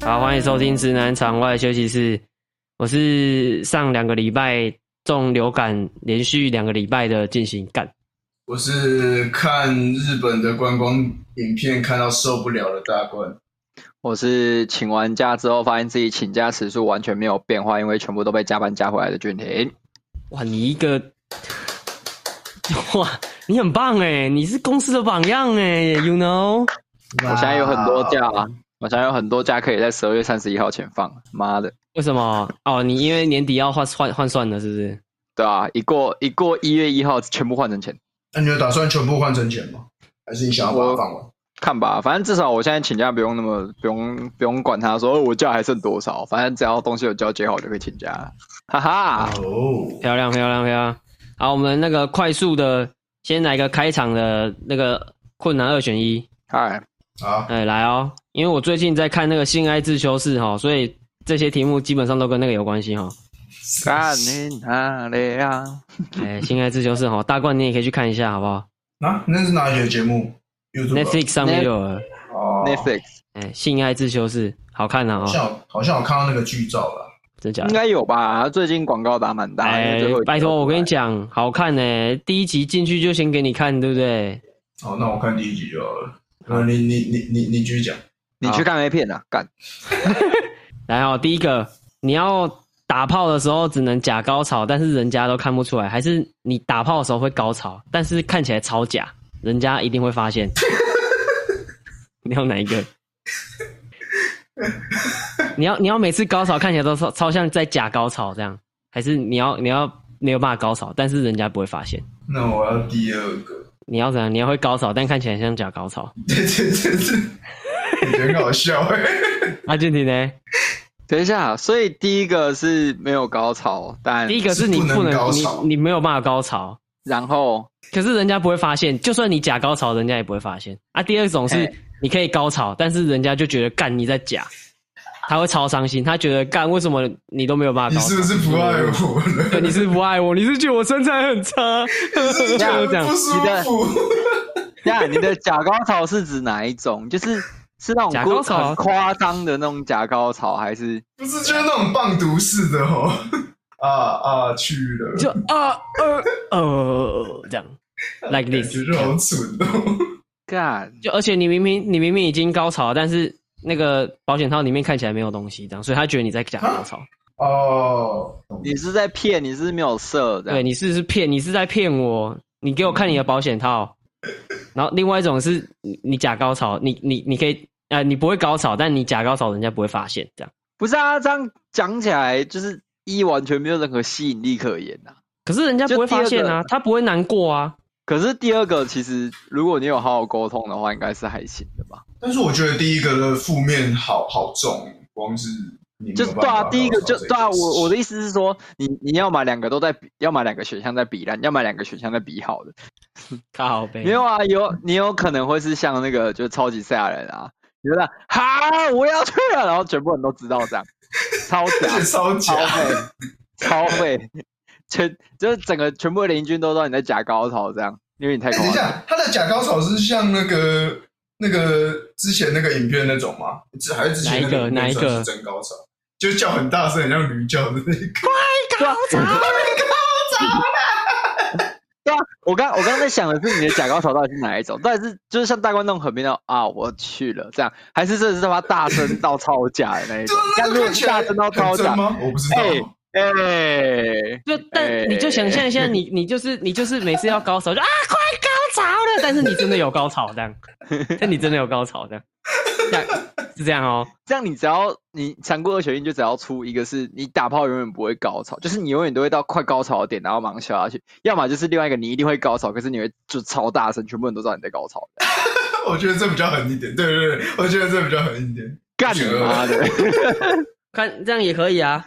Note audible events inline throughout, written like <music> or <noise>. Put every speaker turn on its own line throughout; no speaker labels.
好，欢迎收听直男场外休息室，我是上两个礼拜中流感，连续两个礼拜的进行干。
我是看日本的观光影片看到受不了的大冠，
我是请完假之后，发现自己请假时数完全没有变化，因为全部都被加班加回来的俊廷。
哇，你一个，哇，你很棒哎，你是公司的榜样哎，you know。
我现在有很多假啊，我现在有很多假可以在十二月三十一号前放。妈的，
为什么？哦，你因为年底要换换换算了，是不是？
对啊，一过一过一月一号，全部换成钱。
那你有打算全部换成钱吗？还是你想要把它放完？
看吧，反正至少我现在请假不用那么不用不用管他说哦我假还剩多少，反正只要东西有交接好我就可以请假了，哈哈。
哦，
漂亮，漂亮，漂亮。好，我们那个快速的，先来个开场的那个困难二选一。
嗨，
好，
哎，来哦，因为我最近在看那个《性爱自修室》哈，所以这些题目基本上都跟那个有关系哈。
干你哪里啊？
哎，《性爱自修室》哈，大冠你也可以去看一下，好不好
啊，那是哪里的节目？YouTube
？Netflix 上面就有了。
哦
Netflix
哎，《性爱自修室》好看啊、
好
哦，
像有好像我看到那个剧照了，
真假
应
的？
该有吧？最近广告打蛮大的，因为
哎
最后一，集
拜
都
托，
出
我跟
来
你讲，好看呢、第一集进去就先给你看，对不对？
哦，那我看第一集就好了。啊，你你你你你继续讲。
你去看 A 片啊，干。
来哦，第一个，你要打炮的时候只能假高潮，但是人家都看不出来，还是你打炮的时候会高潮，但是看起来超假，人家一定会发现。 <laughs> 你要哪一个？你要你要每次高潮看起来都超超像在假高潮这样，还是你要你要没有办法高潮，但是人家不会发现？
那我要第二个，
你要怎样？你要会高潮，但看起来像假高潮。
对对对 <laughs> 对，我觉得很好笑哎、
<laughs>
阿俊廷呢？
等一下，所以第一个是没有高潮，但
第一个是你
是不能
不能
高
你
潮
你没有办法高潮，
然后
可是人家不会发现，就算你假高潮，人家也不会发现啊。第二种是
嘿
你可以高潮，但是人家就觉得干你在假，他会超伤心，他觉得干为什么你都没有办法高
你
潮？
是不是不爱我
对
了？
你是不是不爱我，你是觉得我身材很差，就是这
<laughs>
样
不。舒服。
<laughs>
呀，你的假高潮是指哪一种？就是是那种
假高潮
很夸张的那种假高潮，还是
不是就是那种棒读式的哦， <laughs> 啊啊去了， <laughs>
就啊呃呃这样，like
感
this，
觉就好蠢哦。
干？
就而且你明明你明明已经高潮，但是那个保险套里面看起来没有东西，这样，所以他觉得你在假高潮。
<laughs> 哦，
你是在骗？你是没有射的？
对，你是不是骗？你是在骗我？你给我看你的保险
<laughs>
套。然后另外一种是你你假高潮，你你你可以啊、呃你不会高潮，但你假高潮人家不会发现，这样。
不是啊？这样讲起来，就是一完全没有任何吸引力可言呐、啊。
可是人家不会发现
就第
啊
二，
他不会难过啊。
可是第二个，其实如果你有好好沟通的话，应该是还行的吧？
但是我觉得第一个的负面好好重，光是你没
就
有
是
办
对
法
啊，第一个就
搞
对啊，
到这件事
我
<laughs>
我的意思是说，你你要买两个都在比，要买两个选项在比烂，要买两个选项在比好的。
靠呗
没有啊，有你有可能会是像那个就是超级赛亚人啊，你就得哈我要去了，然后全部人都知道这样，超假
<laughs> 而且，超
超
假，
废，超废，全就是整个全部的邻居都知道你在假高潮这样，因为你太
哎
夸
等一
张。
下，他的假高潮是像那个那个之前那个影片那种吗？之还是之前那影片
哪一个
算是
哪一个
真高潮？就叫很大声，很像驴叫的那个。
<laughs> 对啊，我刚我刚在想的是你的假高潮到底是哪一种？到底是就是像大观众很明的啊，我去了这样，还是这是他妈大声到超假的那一
就是？
种
啊那
但如
个
果
看起
是
来
大声到超
很真
假，
吗？我不知道。
哎哎、
就但
哎
你就想象一下，你你就是你就是每次要高潮就啊快高潮了，但是你真的有高潮这
<laughs>
样，但你真的有高潮这样，这样是这样哦。
这样你只要你残酷二选一，就只要出一个是你打炮永远不会高潮，就是你永远都会到快高潮的点，然后马上消下去；要么就是另外一个你一定会高潮，可是你会就超大声，全部人都知道你在高潮。
<laughs> 我觉得这比较狠一点，对对对，我觉得这比较狠一点。
干你妈的！
<laughs>
看这样也可以啊，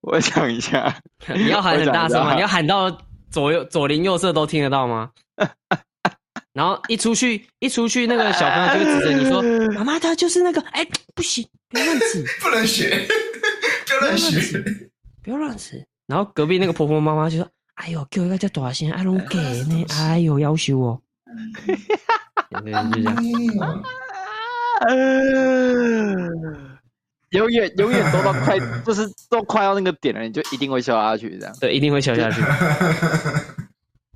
我想一下，
<laughs> 你要喊很大声
我想一
吗？
下
你要喊到左右左邻右舍都听得到
<laughs>
吗？然后一出去，一出去，那个小朋友就会指着你
<laughs>
说：“妈妈，他就是那个……哎、不行，不要乱指，
不能学， <laughs> 不要乱学。
不要乱指。”然后隔壁那个婆婆妈妈就说：“哎呦，给我一个叫大声，I don't get 呢，
<laughs>
哎呦，要求我。”对，就这样。
嗯
嗯永远永远都到快，就是都快到那个点了，你就一定会笑下去这样。
对，一定会笑下去。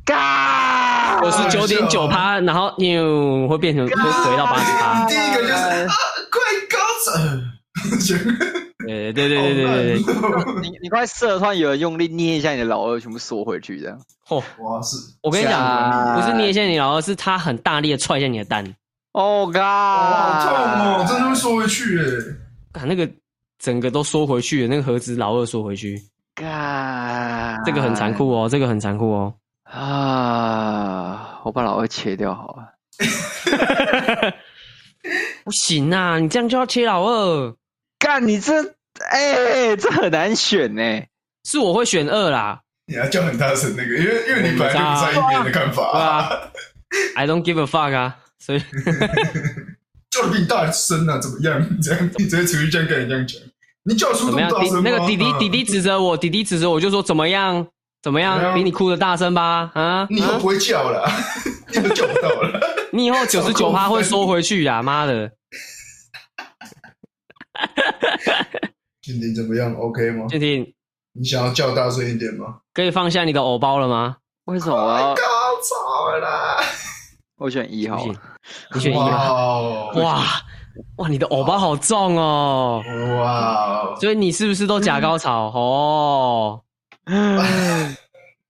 嘎，
九十九点九趴，然后你会变成会回到八十趴。
第一个就是啊，快高潮！
对对对对对
Oh
对对，
对，
你你快射了，突然有人用力捏一下你的老二，全部缩回去这样。
嚯！
<laughs> 哇是，
我跟你讲，
干
不是捏一下你老二，是他很大力的踹一下你的蛋，
哦
哇
嘎，
好痛哦，真的会缩回去哎。
看啊那个整个都缩回去，那个盒子老二缩回去，
嘎，
这个很残酷哦，这个很残酷哦。
啊！我把老二切掉好了。
不行啊，你这样就要切老二，
干，你这哎、这很难选呢、
是我会选二啦。
你要叫很大声那个，因为因为你本来就不在意别人的看法
对
啊，
啊，I don't give a fuck 啊，所以
叫的比你大声啊，怎么样？ <laughs> 这样你直接出去这样跟人这样讲，你叫得
怎
出这
么
么
样？
大
弟
声吗？
那个弟弟
啊
弟，弟指责我，弟弟指责我就说怎么样怎么
怎么
样，
样
比你哭的大声吧啊！
你以后
啊
不会叫
<laughs>
了，你都叫不到了。 <laughs>
你以后九
超
十
过
九
分
趴会缩回去呀，妈的！
今天怎么样？OK 吗？
俊婷，
你想要叫大声一点吗？
可以放下你的偶包了吗？
为什么我
高
要
潮啦！
我选一
不
号？啊
行，你选一
哇
吧。
哦，
哇哇，你的偶包好重哦，
哇哦，
所以你是不是都假高潮哦？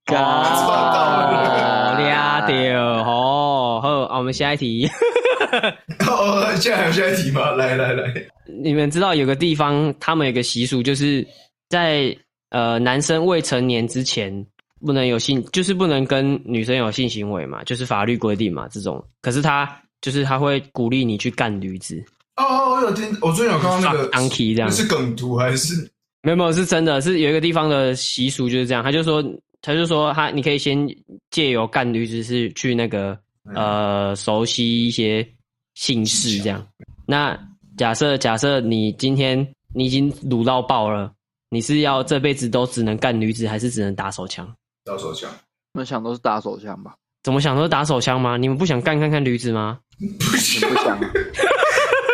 嘎
知道到
哦
了，
俩掉哦，好，啊我们下一题。
哦，现在还有下一题吗？来来来，
你们知道有个地方，他们有个习俗，就是在呃男生未成年之前不能有性，就是不能跟女生有性行为嘛，就是法律规定嘛这种。可是他就是他会鼓励你去干驴子
哦哦，我有听，我最近有看到那个
fuck donkey 这
那
样。
是梗图还是
没有没有是真的，是有一个地方的习俗就是这样，他就说他就说他你可以先借由干驴子是去那个呃熟悉一些姓氏这样。那假设假设你今天你已经卤到爆了，你是要这辈子都只能干驴子，还是只能打手枪？
到手枪？
我想都是打手枪吧？
怎么想都打手枪吗？你们不想干看看驴子吗？
不
你
行
不，想？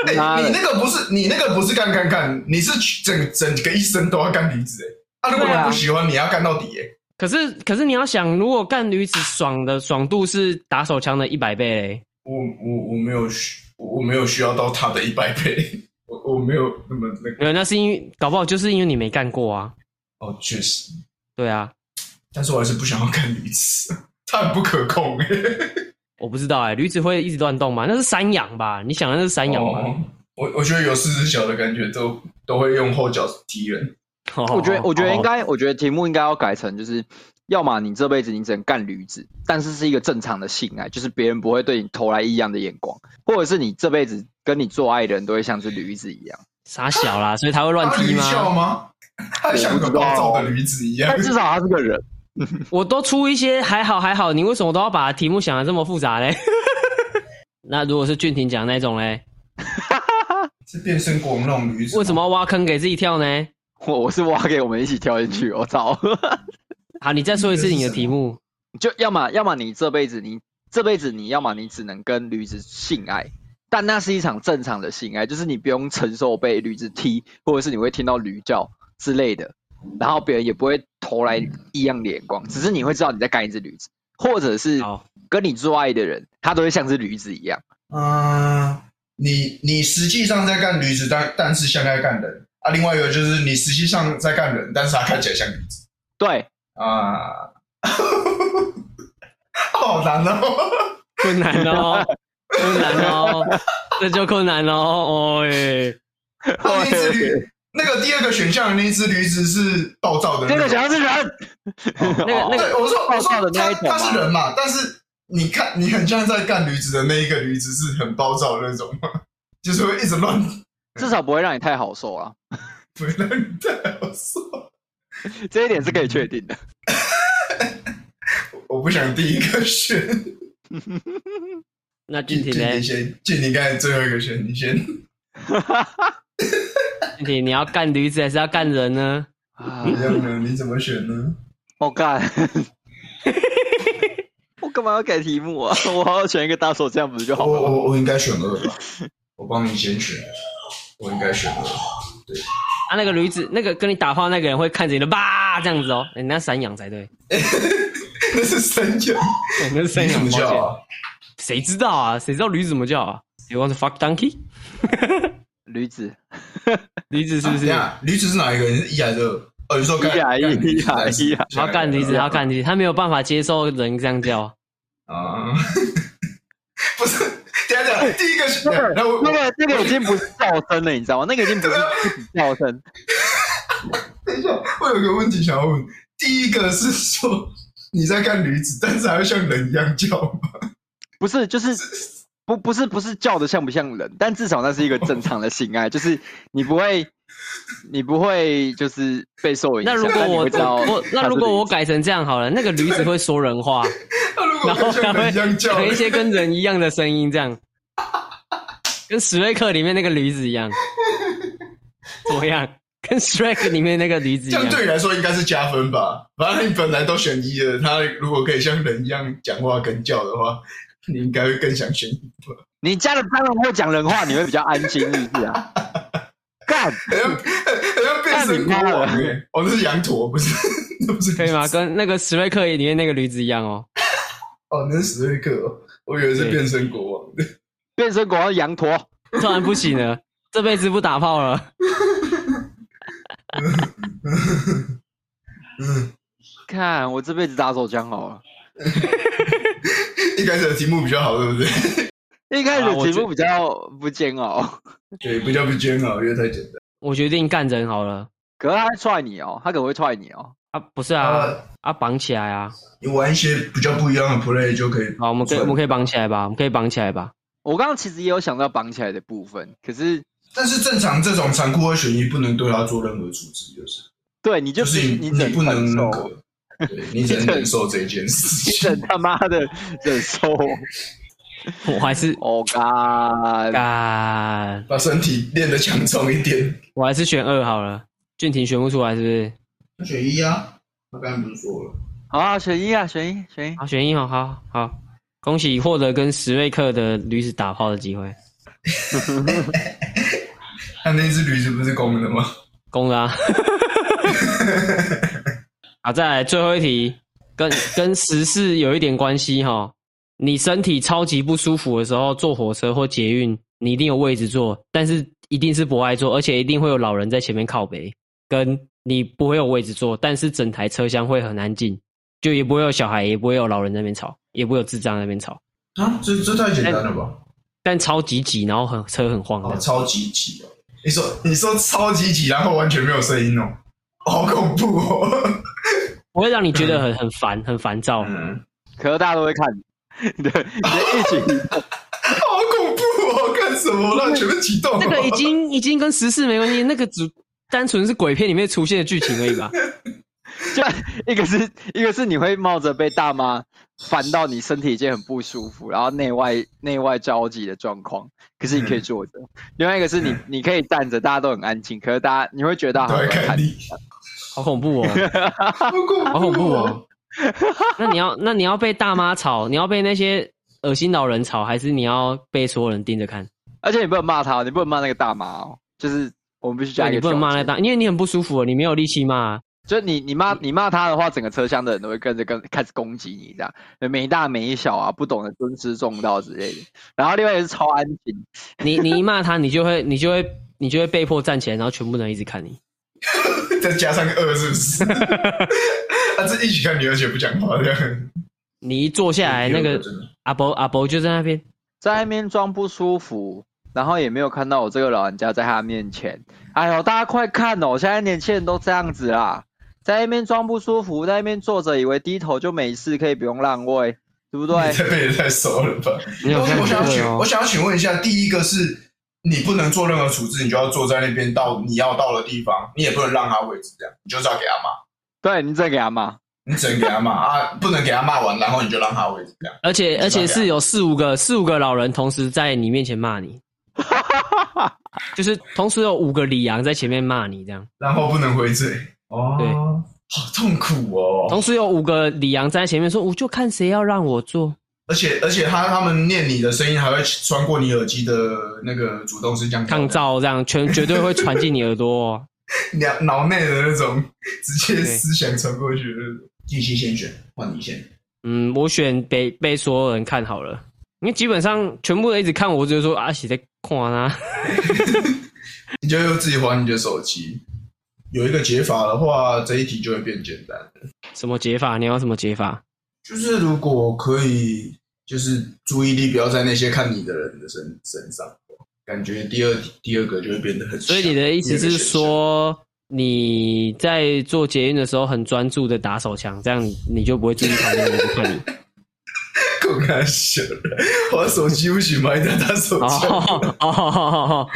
哎
妈
<laughs>
的
你那个不是你那个不是干干干，你是整整个一生都要干离子哎。啊，如果
对啊
你不喜欢，你要干到底哎。
可是可是你要想，如果干驴子爽的爽度是打手枪的一百倍嘞，
我我我没有需我我没有需要到他的一百倍，我我没有那么那个
没有那是因为搞不好就是因为你没干过啊，
哦，确实，
对啊。
但是我还是不想要干离子， <laughs> 他很不可控哎。
我不知道哎、驴子会一直乱动吗？那是山羊吧？你想的那是山羊吧？
哦我我觉得有四只脚的感觉都都会用后脚踢人。
哦
我觉得，我觉得应
该
该，我觉得题目应该要改成就是。要么你这辈子你只能干驴子，但是是一个正常的性爱，就是别人不会对你投来异样的眼光，或者是你这辈子跟你做爱的人都会像只驴子一样。
傻小啦，所以他会乱踢
他驴叫
吗？
吗？他像个暴躁的驴子一样
<laughs> 但。至少他是个人，
我都出一些还好还好，你为什么都要把题目想的这么复杂嘞？ <laughs> 那如果是俊廷讲那种嘞，
是变身国王那种驴子吗。
为什么要挖坑给自己跳呢？
我我是挖给我们一起跳进去，我操！
好，你再说一次你的题目。
就要么要么你这辈子你这辈子你要么你只能跟驴子性爱，但那是一场正常的性爱，就是你不用承受被驴子踢，或者是你会听到驴叫之类的，然后别人也不会投来异样的眼光，只是你会知道你在干一只驴子，或者是
好，
跟你做爱的人，他都会像只驴子一样。
嗯，你你实际上在干驴子，但但是像在干人啊。另外一个就是你实际上在干人，但是他看起来像驴子
对，
啊。 <laughs> 好难
<laughs>
哦！
困难哦，困难哦，这就困难哦，哦耶！哦
那一只驴，那个第二个选项的那一只驴子是暴躁的那
这
种，
个想要是人， <laughs>
那个那
对，
个
我说我
暴躁
说
的那
他
一种
他是
吗
人嘛，但是你看你很像在干驴子的那一个驴子是很暴躁的那种嘛， <laughs> 就是会一直乱
至少不会让你太好受啊，
不会让你太好受。
这一点是可以确定的。
我不想第一个选，
那俊
俊
廷嘞
你，先，俊你刚才最后一个选，你先。
俊廷你要干驴子还是要干人呢？
啊
一样呢？你怎么选呢？
我哦干！ <laughs> 我干嘛要改题目啊？ <laughs> 我好好选一个大手枪不是就
我
好了吗？ <laughs>
我我应该选二吧，我帮你先选，我应该选二。
啊，那个驴子，那个跟你打炮那个人会看着你的吧这样子哦，欸、你那散养才对，
<laughs> 那是生养，
欸、那是散
你怎
养
么
抱歉
叫啊？
谁知道啊？谁知道驴子怎么叫啊？You want to fuck donkey？
驴子，
驴子是不
啊等
是？
一下驴子是哪一个？你是一还是二？哦，你说干
一啊
干
一一啊
驴子
一啊
他要干驴子，他要
干
干驴子，他没有办法接受人这样叫。
啊！ <laughs> 不是， <laughs> 等一下等一下，第一个是
那个
那我
那个那个已经不是叫声了，你知道吗？那个已经不是自己叫声，
等一下，我有个问题想要问。第一个是说你在干驴子，但是还要像人一样叫吗？ <laughs>
不是就是不不是不是叫的像不像人，但至少那是一个正常的性爱，就是你不会你不会就是被受影
那
响。
如果
但你
我
会知道
我那如果我
它是
改成这样好了，那个驴子会说人话，
他如果
然后
跟
还
像人一样
会
叫
讲，一些跟人一样的声音，这样，跟史瑞克里面那个驴子一样，怎么样？跟 Shrek 里面那个驴子一
这
样
样，对你来说应该是加分吧？反正你本来都选一了，他如果可以像人一样讲话跟叫的话，你应该会更想选一。
你家的蟑螂会讲人话，你会比较安心，是不是啊？ <laughs> 干，
好像好像变身国王
那你
欸哦，那是羊驼，不是？ <laughs> 那不是
可以吗？？跟那个史瑞克里面那个驴子一样哦。
哦，那是史瑞克哦，我以为是变身国王的。
变身国王羊驼，
突然不行了，这辈子不打炮了。
嗯，
看我这辈子打手枪好了。
一开始的题目比较好，对不对？
一开始
啊我
节
觉
目比较不煎熬，
<laughs> 对，比较不煎熬，因为太简单。
我决定干人好了
可是他会踹你哦，他可能会踹你哦。
啊，不是啊
呃
啊，绑起来啊！
你玩一些比较不一样的 play 就可以。
好，我们可以我们可以绑起来吧，我们可以绑起来吧。
我刚刚其实也有想到绑起来的部分，可是
但是正常这种残酷二选一不能对他做任何处置，就是
对你就
就是是
你
你
只
不能那
忍受，
个，对你只能忍受这一件事 <laughs>
你
情。
忍他妈的忍受。
我还
<laughs>
是
哦嘎，
干，
把身体练得强壮一点。
我还是选二好了。俊廷选不出来是不是？
二选一啊，他刚才不是说了？
好啊，选一啊，选一，选一。
好，选一好好好，恭喜获得跟史瑞克的驴子打炮的机会，
那那只驴子不是公的吗？
公的啊。 <laughs> 好，再来最后一题，
<laughs>
跟跟时事有一点关系哈。你身体超级不舒服的时候，坐火车或捷运，你一定有位置坐，但是一定是不爱坐，而且一定会有老人在前面靠北，跟你不会有位置坐，但是整台车厢会很安静，就也不会有小孩，也不会有老人在那边吵，也不会有智障在那边吵，
啊，这这太简单了吧？
但超级挤，然后很车很晃
哦，
的。
超级挤哦！你说你说超级挤，然后完全没有声音哦，好恐怖哦！
我会让你觉得很很烦，很烦躁。
嗯，
可是大家都会看， <laughs> 对，你的一举一动
好恐怖哦！干什么？让全部启动、哦？
<laughs> 这个已经已经跟时事没关系，那个只单纯是鬼片里面出现的剧情而已 <laughs> 吧？
就 <laughs> 一个是一个是你会冒着被大妈烦到你身体已经很不舒服，然后内外内外交集的状况，可是你可以坐着；另外一个是你你可以站着，大家都很安静，可是大家你会觉得大家
都
好
在
像
看
看
你，
好恐 <laughs> 怖哦！
好恐怖、哦，
好恐怖哦！那你要那你要被大妈吵，你要被那些恶心老人吵，还是你要被所有人盯着看？
而且你不能骂他，你不能骂那个大妈哦，就是我们必须加一
你
个
不能骂
条
那
件，
大，因为你很不舒服，你没有力气骂啊。
就是你你骂你骂他的话，整个车厢的人都会跟着跟开始攻击你这样，没大没小啊，不懂得尊师重道之类的。然后另外一个是超安静，
你你一骂他，你就会你就会你就会被迫站起来，然后全部人一直看你。
再加上个二，是不 <laughs> 是？他这一起看你，而且不讲话这样。
你一坐下来，啊那个
真的
阿伯阿伯就在那边，
在那边装不舒服，然后也没有看到我这个老人家在他面前。哎呦，大家快看哦！现在年轻人都这样子啦，在那边装不舒服，在那边坐着以为低头就没事，可以不用让位，对不对
你？这辈也太熟了吧？
你有
我
看
想我想要
过
请，我
哦？
想要请问一下，第一个是你不能做任何处置，你就要坐在那边到你要到的地方，你也不能让他位置这样，你就是要给他骂，
对，你再给他骂。
你只能给他 <laughs> 骂啊，不能给他骂完，然后你就让他位置这样。
而且而且是有四五个四五个老人同时在你面前骂你，就是同时有五个李阳在前面骂你这样，
然后不能回嘴哦，
对
好痛苦哦。
同时有五个李阳在前面说，我就看谁要让我做，
而且而且他他们念你的声音还会穿过你耳机的那个主动式降
抗噪这样全绝对会传进你耳朵、哦。
脑脑内的那种 <laughs> 直接思想传过去的那种。静心先选，换你先。
嗯，我选被被所有人看好了，因为基本上全部人一直看我，我就说阿喜在看啊。
你就用自己还你的手机。有一个解法的话，这一题就会变简单的。
什么解法？你要什么解法？
就是如果可以，就是注意力不要在那些看你的人的身身上，感觉第二题第二个就会变得很。
所以你的意思是说，你在做捷运的时候很专注的打手枪，这样你就不会注意旁边的人看你。
<laughs> 够开笑了，我手机不许买的打手枪。
哦哦哦！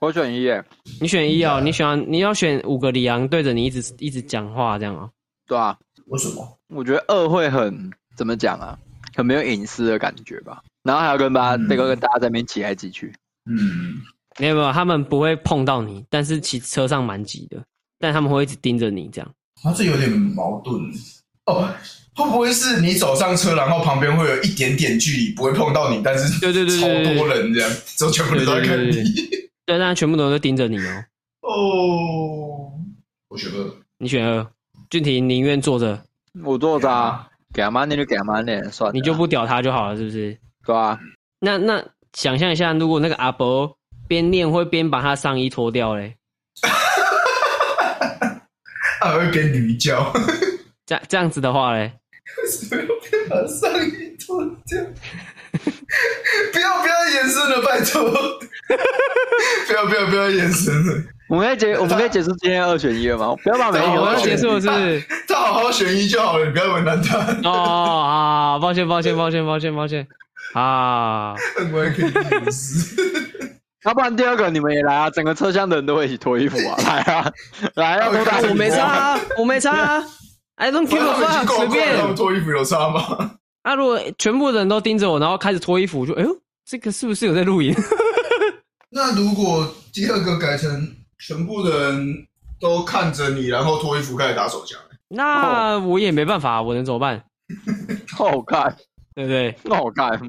我选一耶，
你选一哦，你喜欢你要选五个里昂对着你一直一直讲话这样哦。
对啊，
为什么？
我觉得二会很怎么讲啊，很没有隐私的感觉吧。然后还要跟大家，
嗯
这个跟大家在那边挤来挤去，
嗯，
没有没有，他们不会碰到你，但是骑车上蛮急的，但他们会一直盯着你这样。
他这有点矛盾哦。会不会是你走上车，然后旁边会有一点点距离，不会碰到你，但是
对对对对
超
对
多人这样，之后全部人都在看
对对对
你。
对，但全部都是盯着你哦。
哦，我觉得
你选二，俊廷宁愿坐着，
我做的啊，给他妈念就给他妈念，算了，
你就不屌他就好了，是不是？
对啊，
那那想象一下，如果那个阿伯边念会边把他上衣脱掉嘞，
他还啊会变驴叫， <laughs>
这样这样子的话嘞，
不要把上衣脱掉，不要不要延伸了，拜托， <laughs> 不要不要不要延伸了，
我们可以结，我们可以结束今天的二选一了吗？不要把每一
对
题
啊我
我
都
要
选
结束了是不是？
他好好选一就好了，你不要为难他， <laughs>
<laughs> 哦啊，抱歉抱歉抱歉抱歉抱歉啊，
我也可以解
<laughs>
释。
要不然第二个你们也来啊，整个车厢的人都会一起脱衣服啊，来啊，来啊，多大
啊
声
我没差、
啊，
啊，我没差、啊、，I don't give
反 <laughs>
a
正他们已
fuck，
经够
随
快了，他们
便。
脱衣服有差吗？
啊，如果全部人都盯着我，然后开始脱衣服，我就哎呦，这个是不是有在录影？
那如果第二个改成全部的人都看着你，然后脱衣服开始打手枪，
<laughs> 那我也没办法，我能怎么办？
好看，
对不对？
好看，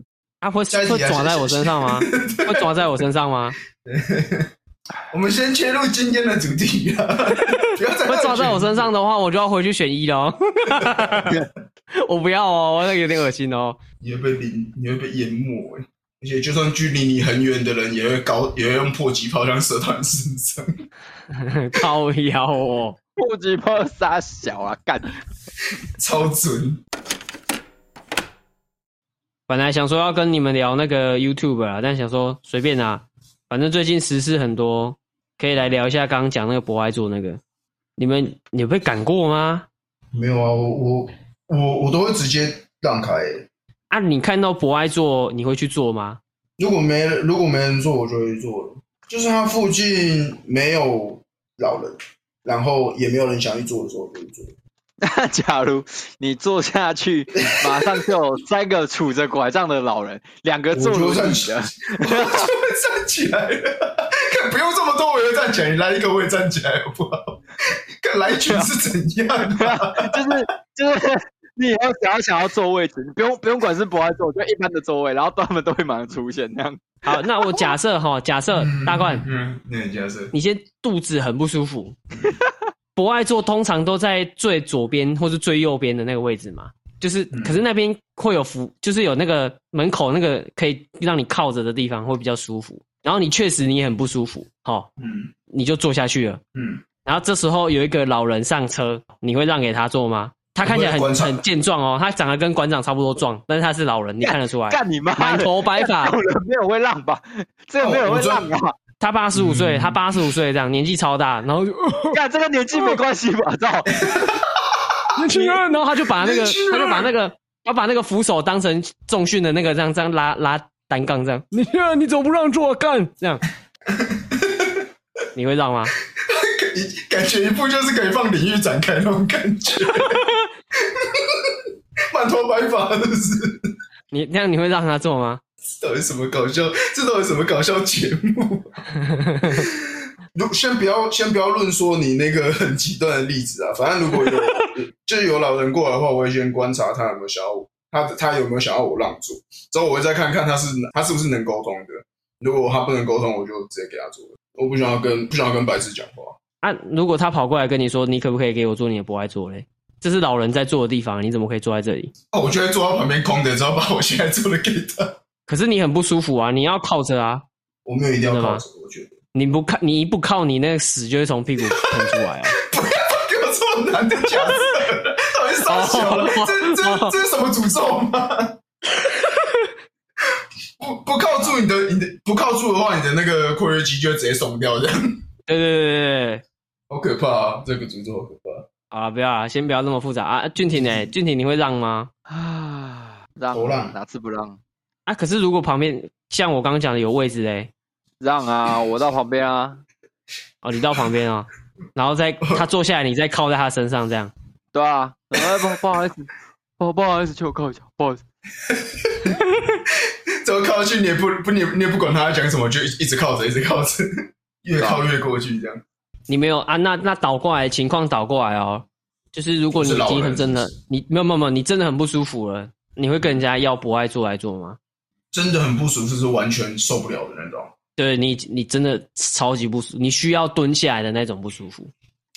啊，会
下一题
会
啊
转在我身上
<laughs>
吗？会转在我身上吗？
我们先切入今天的主题
<laughs>
啊！不要再
会抓在我身上的话，我就要回去选一喽。 <laughs> 我不要哦，那个有点恶心哦。 <laughs>
你会被淋，你会被淹没、欸。而且，就算距离你很远的人，也会高，也会用迫击炮枪射到你身上。 <laughs>
靠腰哦，
不急破杀小啊， <laughs> 干，
超准。
本来想说要跟你们聊那个 YouTube 啊，但想说随便啊，反正最近时事很多，可以来聊一下刚刚讲那个博爱做那个。你们你被赶过吗？
没有啊，我我我我都会直接让开、欸
啊，你看到博爱做，你会去做吗？
如果没人如果没人做，我就会做了。就是他附近没有老人，然后也没有人想去做的时候，我就会做。
那假如你坐下去，马上就有三个杵着拐杖的老人，
<laughs>
两个坐
我
轮
就站
椅
起来
的，，
我就站起来了。 <laughs> 看不用这么多，我也站起来。你来一个，我也站起来，好不好？看来一群是怎样、啊？
就是就是。 <laughs> 你以后只要想要坐位置，你不用不用管是不爱坐，就一般的座位，然后他们都会马上出现那样。
好，那我假设哈，假设 <laughs> 大冠，
嗯，那假设
你先肚子很不舒服， <laughs> 博爱座通常都在最左边或是最右边的那个位置嘛，就是
嗯
可是那边会有扶，就是有那个门口那个可以让你靠着的地方会比较舒服。然后你确实你也很不舒服，好，
嗯
你就坐下去了。
嗯，
然后这时候有一个老人上车，你会让给他坐吗？他看起来
我
很
会观察
很健壮哦，他长得跟馆长差不多壮，但是他是老人，你看得出来，
干你妈的！
满哎头啊白发
没，有人没有会让吧？这个没有人会让啊！
他八十五岁，
嗯
他八十五岁这样，年纪超大，然后就。呃
干这个年纪没关系吧？操！
年轻人，然后他就把那个，
年轻人
他就把那个，他把那个扶手当成重训的那个，这样这样拉拉单杠这样。年轻人，你怎么不让座干？这样， <laughs> 你会让吗？
感觉一部就是可以放领域展开那种感
<laughs>
觉， <laughs> 满头白发，是不是？
你那样你会让他做吗？
这到底什么搞笑？这到底什么搞笑节目？如先不要先不要论说你那个很 <laughs> 极端的例子啊，反正如果有就是有老人过来的话，我会先观察他有没有想要他他有没有想要我让座，之后我会再看看他是他是不是能沟通的。如果他不能沟通，我就直接给他做了。我不想要跟不想要跟白痴讲话。
啊，如果他跑过来跟你说，你可不可以给我做你的博爱座嘞？这是老人在坐的地方，你怎么可以坐在这里？
哦，我就会坐到旁边空的，之后把我现在做的给他。
可是你很不舒服啊，你要靠着啊，
我没有一定要
真的
靠
吗
着，我觉得
你不靠，你一不靠，你那个屎就会从屁股喷出来啊！ <laughs>
不要给我这么难的角色，到底是啥小
<laughs>
了？
哦
这这这是什么诅咒吗？ <laughs> 不不靠住你的你的不靠住的话，你的那个括约肌就会直接松掉，这样
对对对对对，
好可怕啊！这个诅咒好可怕，
好了，不要啊，先不要那么复杂啊。俊廷呢？俊廷你会让吗？
啊，让
都让
哪次不让？
啊，可是如果旁边像我刚刚讲的有位置嘞，
让
<laughs>
啊，我到旁边啊，
哦，你到旁边哦，然后
<laughs>
再他坐下来，你再靠在他身上这样。
对啊，哎不不好意思，不不好意思，求我靠一下，不好意思，
怎么靠下去你也不不你也你也不管他在讲什么，就一一直靠着一直靠着， <laughs> 越靠越过去这样。
你没有啊？那那倒过来情况倒过来哦，就是如果你
是
已
老
经
人
很真的
是，
你没有没有没有，你真的很不舒服了，你会跟人家要博爱做来做吗？
真的很不舒服，是完全受不了的那种。
对你你真的超级不舒服，你需要蹲下来的那种不舒服。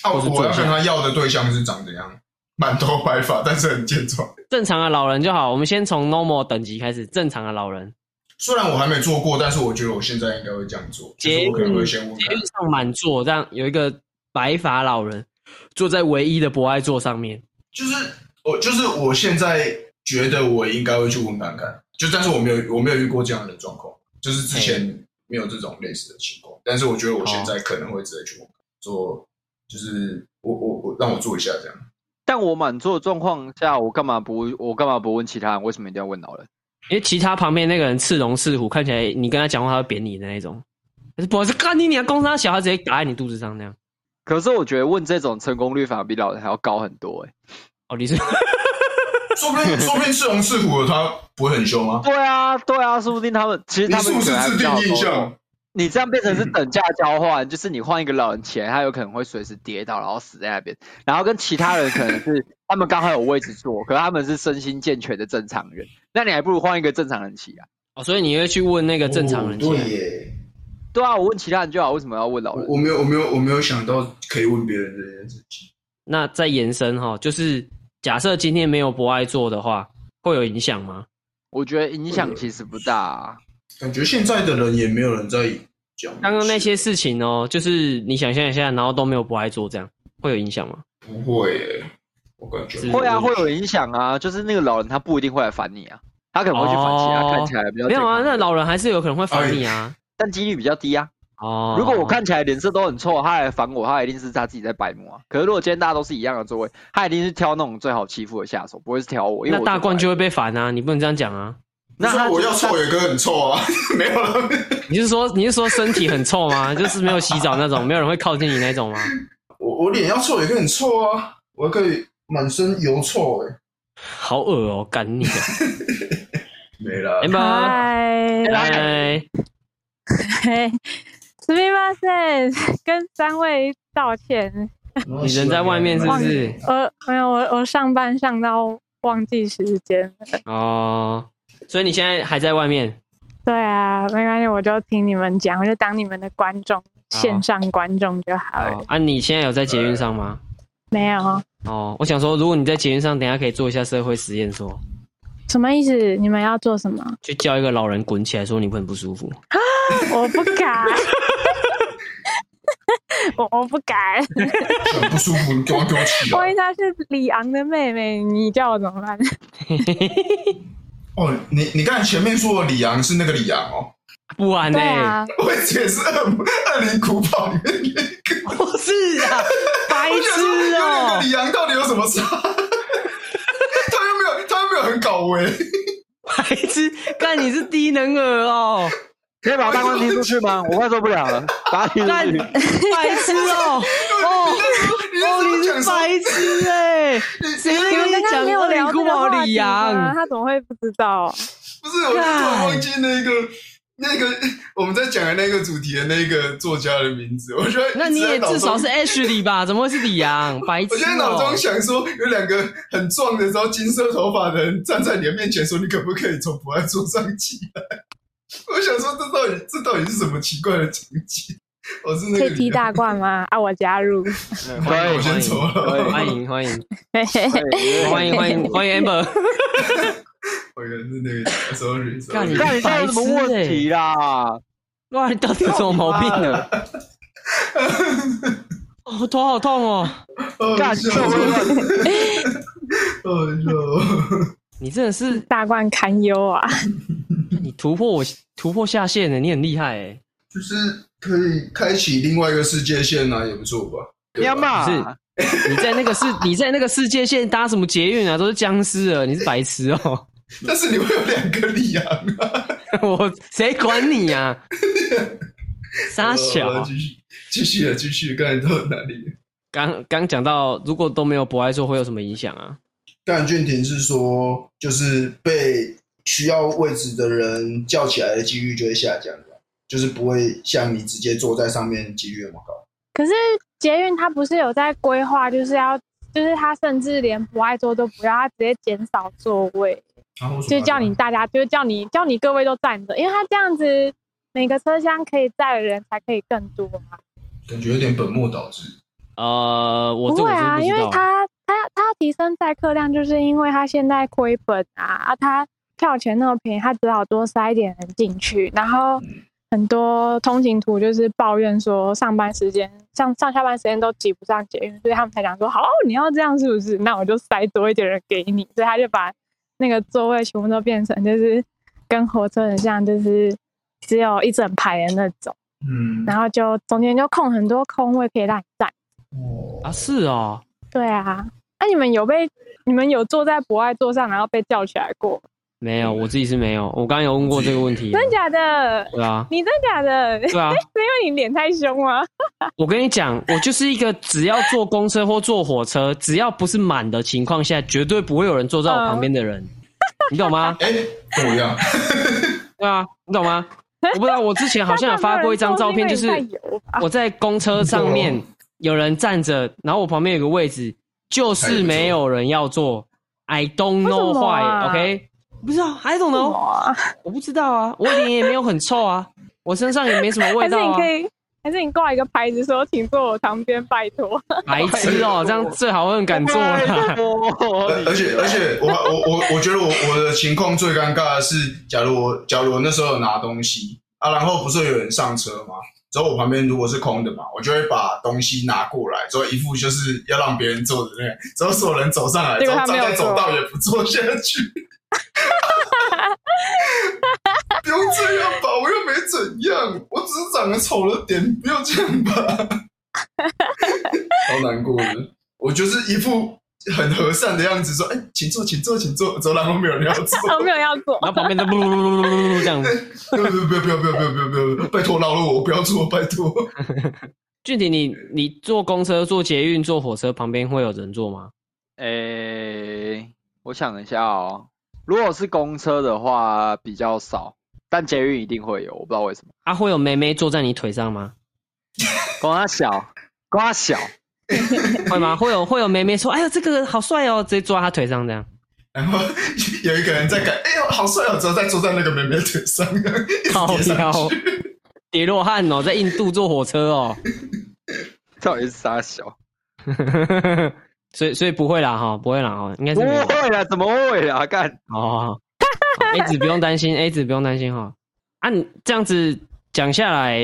啊，
或是
我要
坐下
跟他要的对象是长怎样？满头白发，但是很健壮。
正常的老人就好，我们先从 normal 等级开始，正常的老人。
虽然我还没做过，但是我觉得我现在应该会这样做。就
捷
是
运
我可能会先问
捷
看
运，上满座，这样有一个白发老人坐在唯一的博爱座上面。
就是我就是我现在觉得我应该会去问看看，就但是我没有我没有遇过这样的状况，就是之前没有这种类似的情况，但是我觉得我现
哦
在可能会直接去问，说就是我我我让我做一下这样。
但我满座的状况下，我干嘛不我干嘛不问其他人？为什么一定要问老人？
因为其他旁边那个人赤龙赤虎，看起来你跟他讲话他会扁你的那种。可是不好意思，干你娘！公司他小孩直接打在你肚子上那样。
可是我觉得问这种成功率反而比老人还要高很多哎、
哦，你是 <laughs>
说不定说不定赤龙赤虎的他不会很
<laughs>
凶吗？
对啊，对啊，说不定他们其实
你
他
是
们
不
可
是
能还
制
比较
定印
高
象？
你这样变
嗯
成是等价交换，就是你换一个老人起来，他有可能会随时跌倒，然后死在那边。然后跟其他人可能
<laughs>
是他们刚好有位置坐，可是他们是身心健全的正常人，那你还不如换一个正常人啊起来。
哦，所以你会去问那个正常人
哦
起来、
对耶，
对啊，我问其他人就好，为什么要问老
我
人？
我没有我没有我没有想到可以问别人这件事情。
那再延伸哈，就是假设今天没有博爱做的话，会有影响吗？
我觉得影响其实不大、啊。
感觉现在的人也没有人在讲
刚刚那些事情哦，就是你想象一下，然后都没有博爱做，这样会有影响吗？
不会耶，我感觉
是
会啊，
我
会有影响啊。就是那个老人他不一定会来烦你啊，他可能会去烦其他、
哦
看起来比较
没有啊，
健康的
那
人
老人还是有可能会烦你啊。
但几率比较低啊。
哦，
如果我看起来脸色都很臭，他来烦我，他一定是他自己在白目啊。可是如果今天大家都是一样的座位，他一定是挑那种最好欺负的下手，不会是挑我。因为
那
我
大
最
冠
白
就会被烦啊，你不能这样讲啊。
那
那
他
我
就
要臭也哥很臭啊， <laughs> 没有了。
你是说你是说身体很臭吗？ <laughs> 就是没有洗澡那种，没有人会靠近你那种吗？
我我脸要臭也哥很臭啊，我还可以满身油臭哎，
好恶哦、干你、啊！
<laughs>
没了
哎。妈，
嗨， <laughs>
拜
嘿すみません，跟三位道歉，
你人在外面是不是？
我没有，我我上班上到忘记时间了。
哦，所以你现在还在外面
对啊，没关系，我就听你们讲，我就当你们的观众，线上观众就好了。
哦啊？你现在有在捷运上吗？
没有，
哦，我想说，如果你在捷运上，等一下可以做一下社会实验说，
什么意思？你们要做什 <laughs> 么？
去叫一个老人滚起来，说你很不舒服。
我不敢， <laughs> 我我不敢，
很不舒服，你给我给我起
万一
来。
她是李昂的妹妹，你叫我怎么 <laughs> 办？
哦，你你刚才前面说的李阳是那个李阳哦， <laughs>
不然呢、
对啊，
我以前是恶魔恶灵古堡里面 <laughs> 那个，
不是
<laughs>
啊，白
我想说，
痴
有两
哦、
个李阳到底有什么差？ <laughs> 他又没有他又没有很搞 <laughs> 威，
白痴，干你是低能儿哦、
可以把大冠踢出去吗？我快受不了 <laughs> 了，把他踢出
<laughs>
干
去。
白痴哦、哦。
你
哦，
在
你
讲
是
什么？
白痴哎、谁会
你们
跟讲
刚刚没有
恶灵
聊
古
这个
堡
话
里
题吗？
昂？
他怎么会不知道？
不是，我突然忘记那个那个我们在讲的那个主题的那个作家的名字，我觉得
那你也
一直在脑
至少
中
是 Ashley 吧？怎么会是李阳？白痴
我就在脑
哦、
中想说，有两个很壮的，然后金色头发的人站在你的面前，说你可不可以从不爱桌上起来？我想说，这到底这到底是什么奇怪的情景？我是那
可
个
以踢大罐吗？啊，我加入。 <laughs>
<laughs> 欢迎，我先
欢
走了。
欢
欢迎欢迎
对
欢迎欢迎欢迎 Amber！
我以为是那个哦，sorry，
干你
sorry
看你现在有什么问题啦？
哇，你到底有什么毛欸病呢？哦我头好痛哦！
哦。
干
笑
这么
哦，笑哦。
你真的是
大罐堪忧啊！
你突破我突破下限了，你很厉害哎！
就是可以开启另外一个世界线啊，也不错吧？对
你
吧
要骂
不是你在那个世你在那个世界线搭什么捷运啊？都是僵尸了，你是白痴哦！
但是你会有两个李阳啊。
我谁管你啊？傻小
好，继续继续了，继续，刚才到哪里了？
刚刚讲到，如果都没有博爱做，会有什么影响啊？
干俊廷是说，就是被需要位置的人叫起来的几率就会下降吧，就是不会像你直接坐在上面几率那么高。
可是捷运它不是有在规划，就是要，就是它甚至连不爱坐都不要，它直接减少座位，
然后
就是叫你大家，就是叫你叫你各位都站着，因为它这样子每个车厢可以载的人才可以更多嘛。
感觉有点本末倒置。
呃，我
不
这我
会
是
啊，
不
因
知
为
道。
它它要它要提升载客量，就是因为它现在亏本啊，啊它票钱那么便宜，它只好多塞一点人进去，然后。
嗯
很多通勤族就是抱怨说，上班时间上上下班时间都挤不上捷运，所以他们才想说，好，你要这样是不是？那我就塞多一点人给你，所以他就把那个座位全部都变成就是跟火车很像，就是只有一整排的那种，
嗯，
然后就中间就空很多空位可以让你站。
啊，是哦，
对啊，那、你们有被你们有坐在博爱座上然后被叫起来过？
没有，我自己是没有。我刚刚有问过这个问题，
真假的？
对啊，
你真假的？ <laughs> 是
对啊。
因为你脸太凶啊吗？
我跟你讲，我就是一个只要坐公车或坐火车，只要不是满的情况下，绝对不会有人坐在我旁边的
嗯
人，你懂吗？
哎，跟我一样，
对啊，你懂吗？我不知道，我之前好像有发过一张照片，就是
大部分人都因为你太油吧
我在公车上面
不
有人站着，然后我旁边有个位置，就是没有人要坐。I don't
为
know
什么
why，OK？、
啊
OK？不知道，I don't know，
哇，
我不知道啊，我脸也没有很臭啊，我身上也没什么味
还是
道
你
啊
可，以，还是你挂一个牌子说，请坐我旁边，拜托。 <laughs>
白痴哦、这样最好很敢坐啦。
哦
了
而
啊
且而且我我我我觉得我我的情况最尴尬的是，假如我假如我那时候有拿东西啊，然后不是有人上车吗？之后我旁边如果是空的嘛，我就会把东西拿过来，之后一副就是要让别人坐的那样，之后所有人走上来，
结
之
果
后
他没
站
有
在走道也不坐下去。 <laughs> 不用这样吧，我又没怎样，我只是长得丑了点，不要这样吧。超难过的，我就是一副很和善的样子，说：“哎、请坐，请坐，请坐。”走廊都没有人要坐，
我没有要坐，
<laughs> 然后旁边都噜噜噜噜噜噜这样子。
不要不要不要不要不要不要不要，拜托饶了我，我不要坐，拜托。 <laughs>
俊廷，你你坐公车、坐捷运、坐火车，旁边会有人坐吗？
诶、我想一下哦，如果是公车的话比较少，但捷运一定会有，我不知道为什么。
啊，会有妹妹坐在你腿上吗？
公它小，公它小，
会吗？会有会有妹妹说：“哎呦，这个人好帅哦！”直接坐在他腿上这样。
然后有一个人在改，哎、呦，好帅哦！之后再坐在那个妹妹腿上，一 <laughs> 直
靠
叠上
腰
去。
叠落汉哦，在印度坐火车哦，
到底是啥小？
所以所以不会啦哈，不会啦哈，应该
不
是没有。
会啦，怎么会啦？干，
好好好好，A 子不用担心，A 子不用担心哈。啊，你这样子讲下来，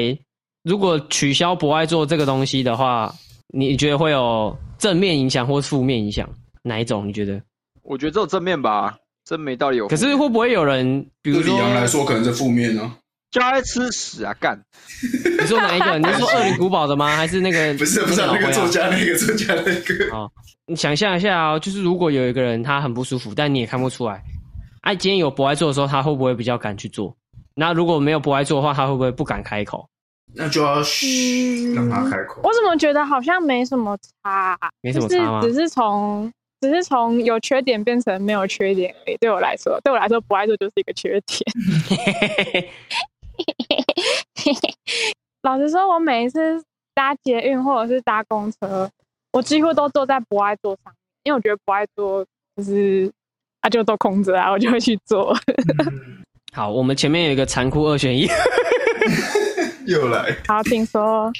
如果取消博爱座这个东西的话，你觉得会有正面影响或是负面影响？哪一种？你觉得？
我觉得只有正面吧，真没道理有负
可
面。
是会不会有人，比如
对李
说，
阳来说，可能是负面哦、
叫他吃屎啊！干，
你说哪一个？你是说恶灵古堡的吗？还是那个？
不是不是、
老
那
灰
个
啊
作家，那个作家，那个。
你想象一下哦，就是如果有一个人他很不舒服，但你也看不出来，哎、今天有博爱做的时候，他会不会比较敢去做？那如果没有博爱做的话，他会不会不敢开口？
那就要嘘，让他开口。
我怎么觉得好像没什么差、啊，
没什么差吗
就是只是从只是从有缺点变成没有缺点而已。对我来说，对我来说，不爱做就是一个缺点。 <laughs> 老实说，我每一次搭捷运或者是搭公车，我几乎都坐在博爱座上，因为我觉得博爱座就是啊，就都空着啊，我就会去坐。
好，我们前面有一个残酷二选一， <laughs>
又来，
<laughs> 好，请说。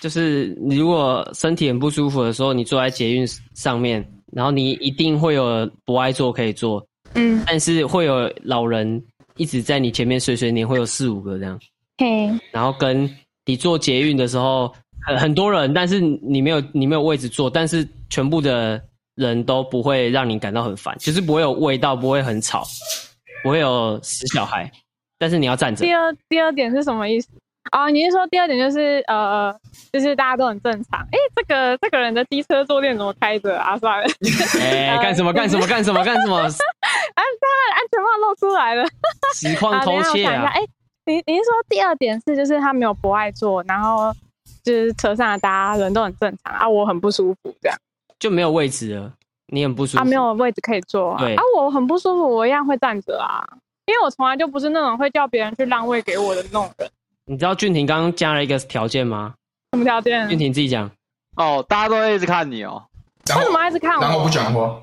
就是你如果身体很不舒服的时候，你坐在捷运上面，然后你一定会有不爱坐可以坐，
嗯，
但是会有老人一直在你前面碎碎念，会有四五个这样。
嘿，
然后跟你坐捷运的时候，很很多人，但是你没有你没有位置坐，但是全部的人都不会让你感到很烦，就是不会有味道，不会很吵，不会有死小孩，但是你要站着
第。二第二点是什么意思？哦，你是说第二点就是呃，就是大家都很正常。哎，这个这个人的机车坐垫怎么开着啊？算了， <laughs>
哎，干什么干什么干什么干什么？
安全帽露出来了。
实况
啊，等
偷
一下我
窃
想一下，
啊！
哎、你你是说第二点是就是他没有不爱坐，然后就是车上的大家人都很正常啊，我很不舒服这样
就没有位置了，你很不舒服。
啊，没有位置可以坐啊，
对
啊我很不舒服，我一样会站着啊，因为我从来就不是那种会叫别人去让位给我的那种人。
你知道俊廷刚刚加了一个条件吗？
什么条件？
俊廷自己讲。
哦，大家都会一直看你哦，
然
为什
后
么要一直看我？
然后不讲话，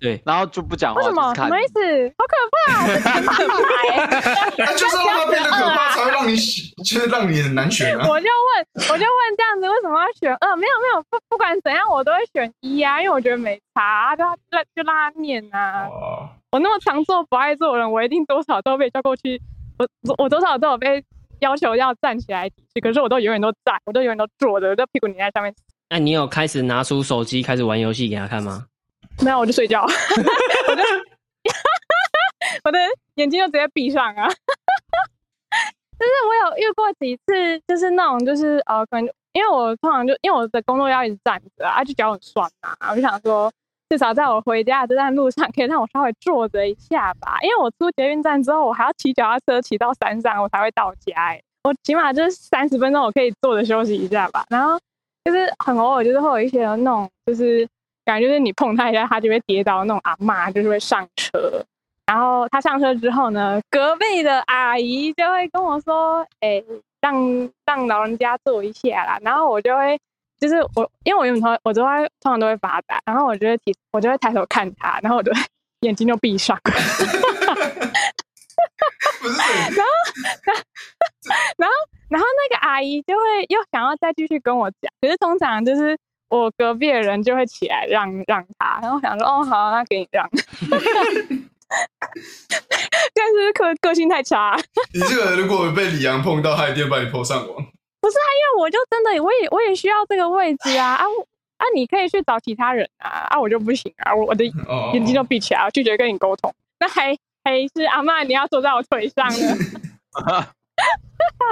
对，
然啊后就不讲话，
为什么？
就是
什
看你
么意思？好可怕！啊我真的很怕
<laughs>
欸
那啊就是让他变得可怕，才会让你喜，就是让你很难选啊。
我就问，我就问这样子，为什么要选二？没有没有，不不管怎样，我都会选一啊，因为我觉得没差，就让就让他念啊。
哦，
我那么常做不爱做的人，我一定多少都被叫过去，我我多少都有被要求要站起来提示，可是我都永远都站，我都永远都坐着，我都屁股粘在上面。
那你有开始拿出手机开始玩游戏给他看吗？
没有，我就睡觉，我 <laughs> 就我的眼睛就直接闭上啊。 <laughs> 但是我有遇过几次，就是那种就是呃，可能因为我通常就因为我的工作要一直站着啊，就脚很酸嘛、我就想说至少在我回家的这段路上可以让我稍微坐着一下吧，因为我出捷运站之后，我还要骑脚踏车骑到山上，我才会到家、欸。我起码就是三十分钟，我可以坐着休息一下吧。然后就是很偶尔，就是会有一些那种就是感觉就是你碰他一下，他就会跌倒的那种阿嬷，啊就是会上车。然后他上车之后呢，隔壁的阿姨就会跟我说：“哎、让让老人家坐一下啦。”然后我就会，就是我，因为我原本通我都会通常都会发呆，然后我就会提，我就会抬头看他，然后我就会眼睛就闭上。 <laughs>
不是，然
然后那个阿姨就会又想要再继续跟我讲，可是通常就是我隔壁的人就会起来让让他，然后我想说哦好，那给你让， <laughs> 但是个个性太差，因
你这个如果被李阳碰到，他一定把你泼上网。
为我就真的我也我也需要这个位置啊啊我啊！你可以去找其他人啊啊！我就不行啊，我我的
哦，
眼睛就闭起来，我拒绝跟你沟通。那还还是阿嬷，你要坐在我腿上呢，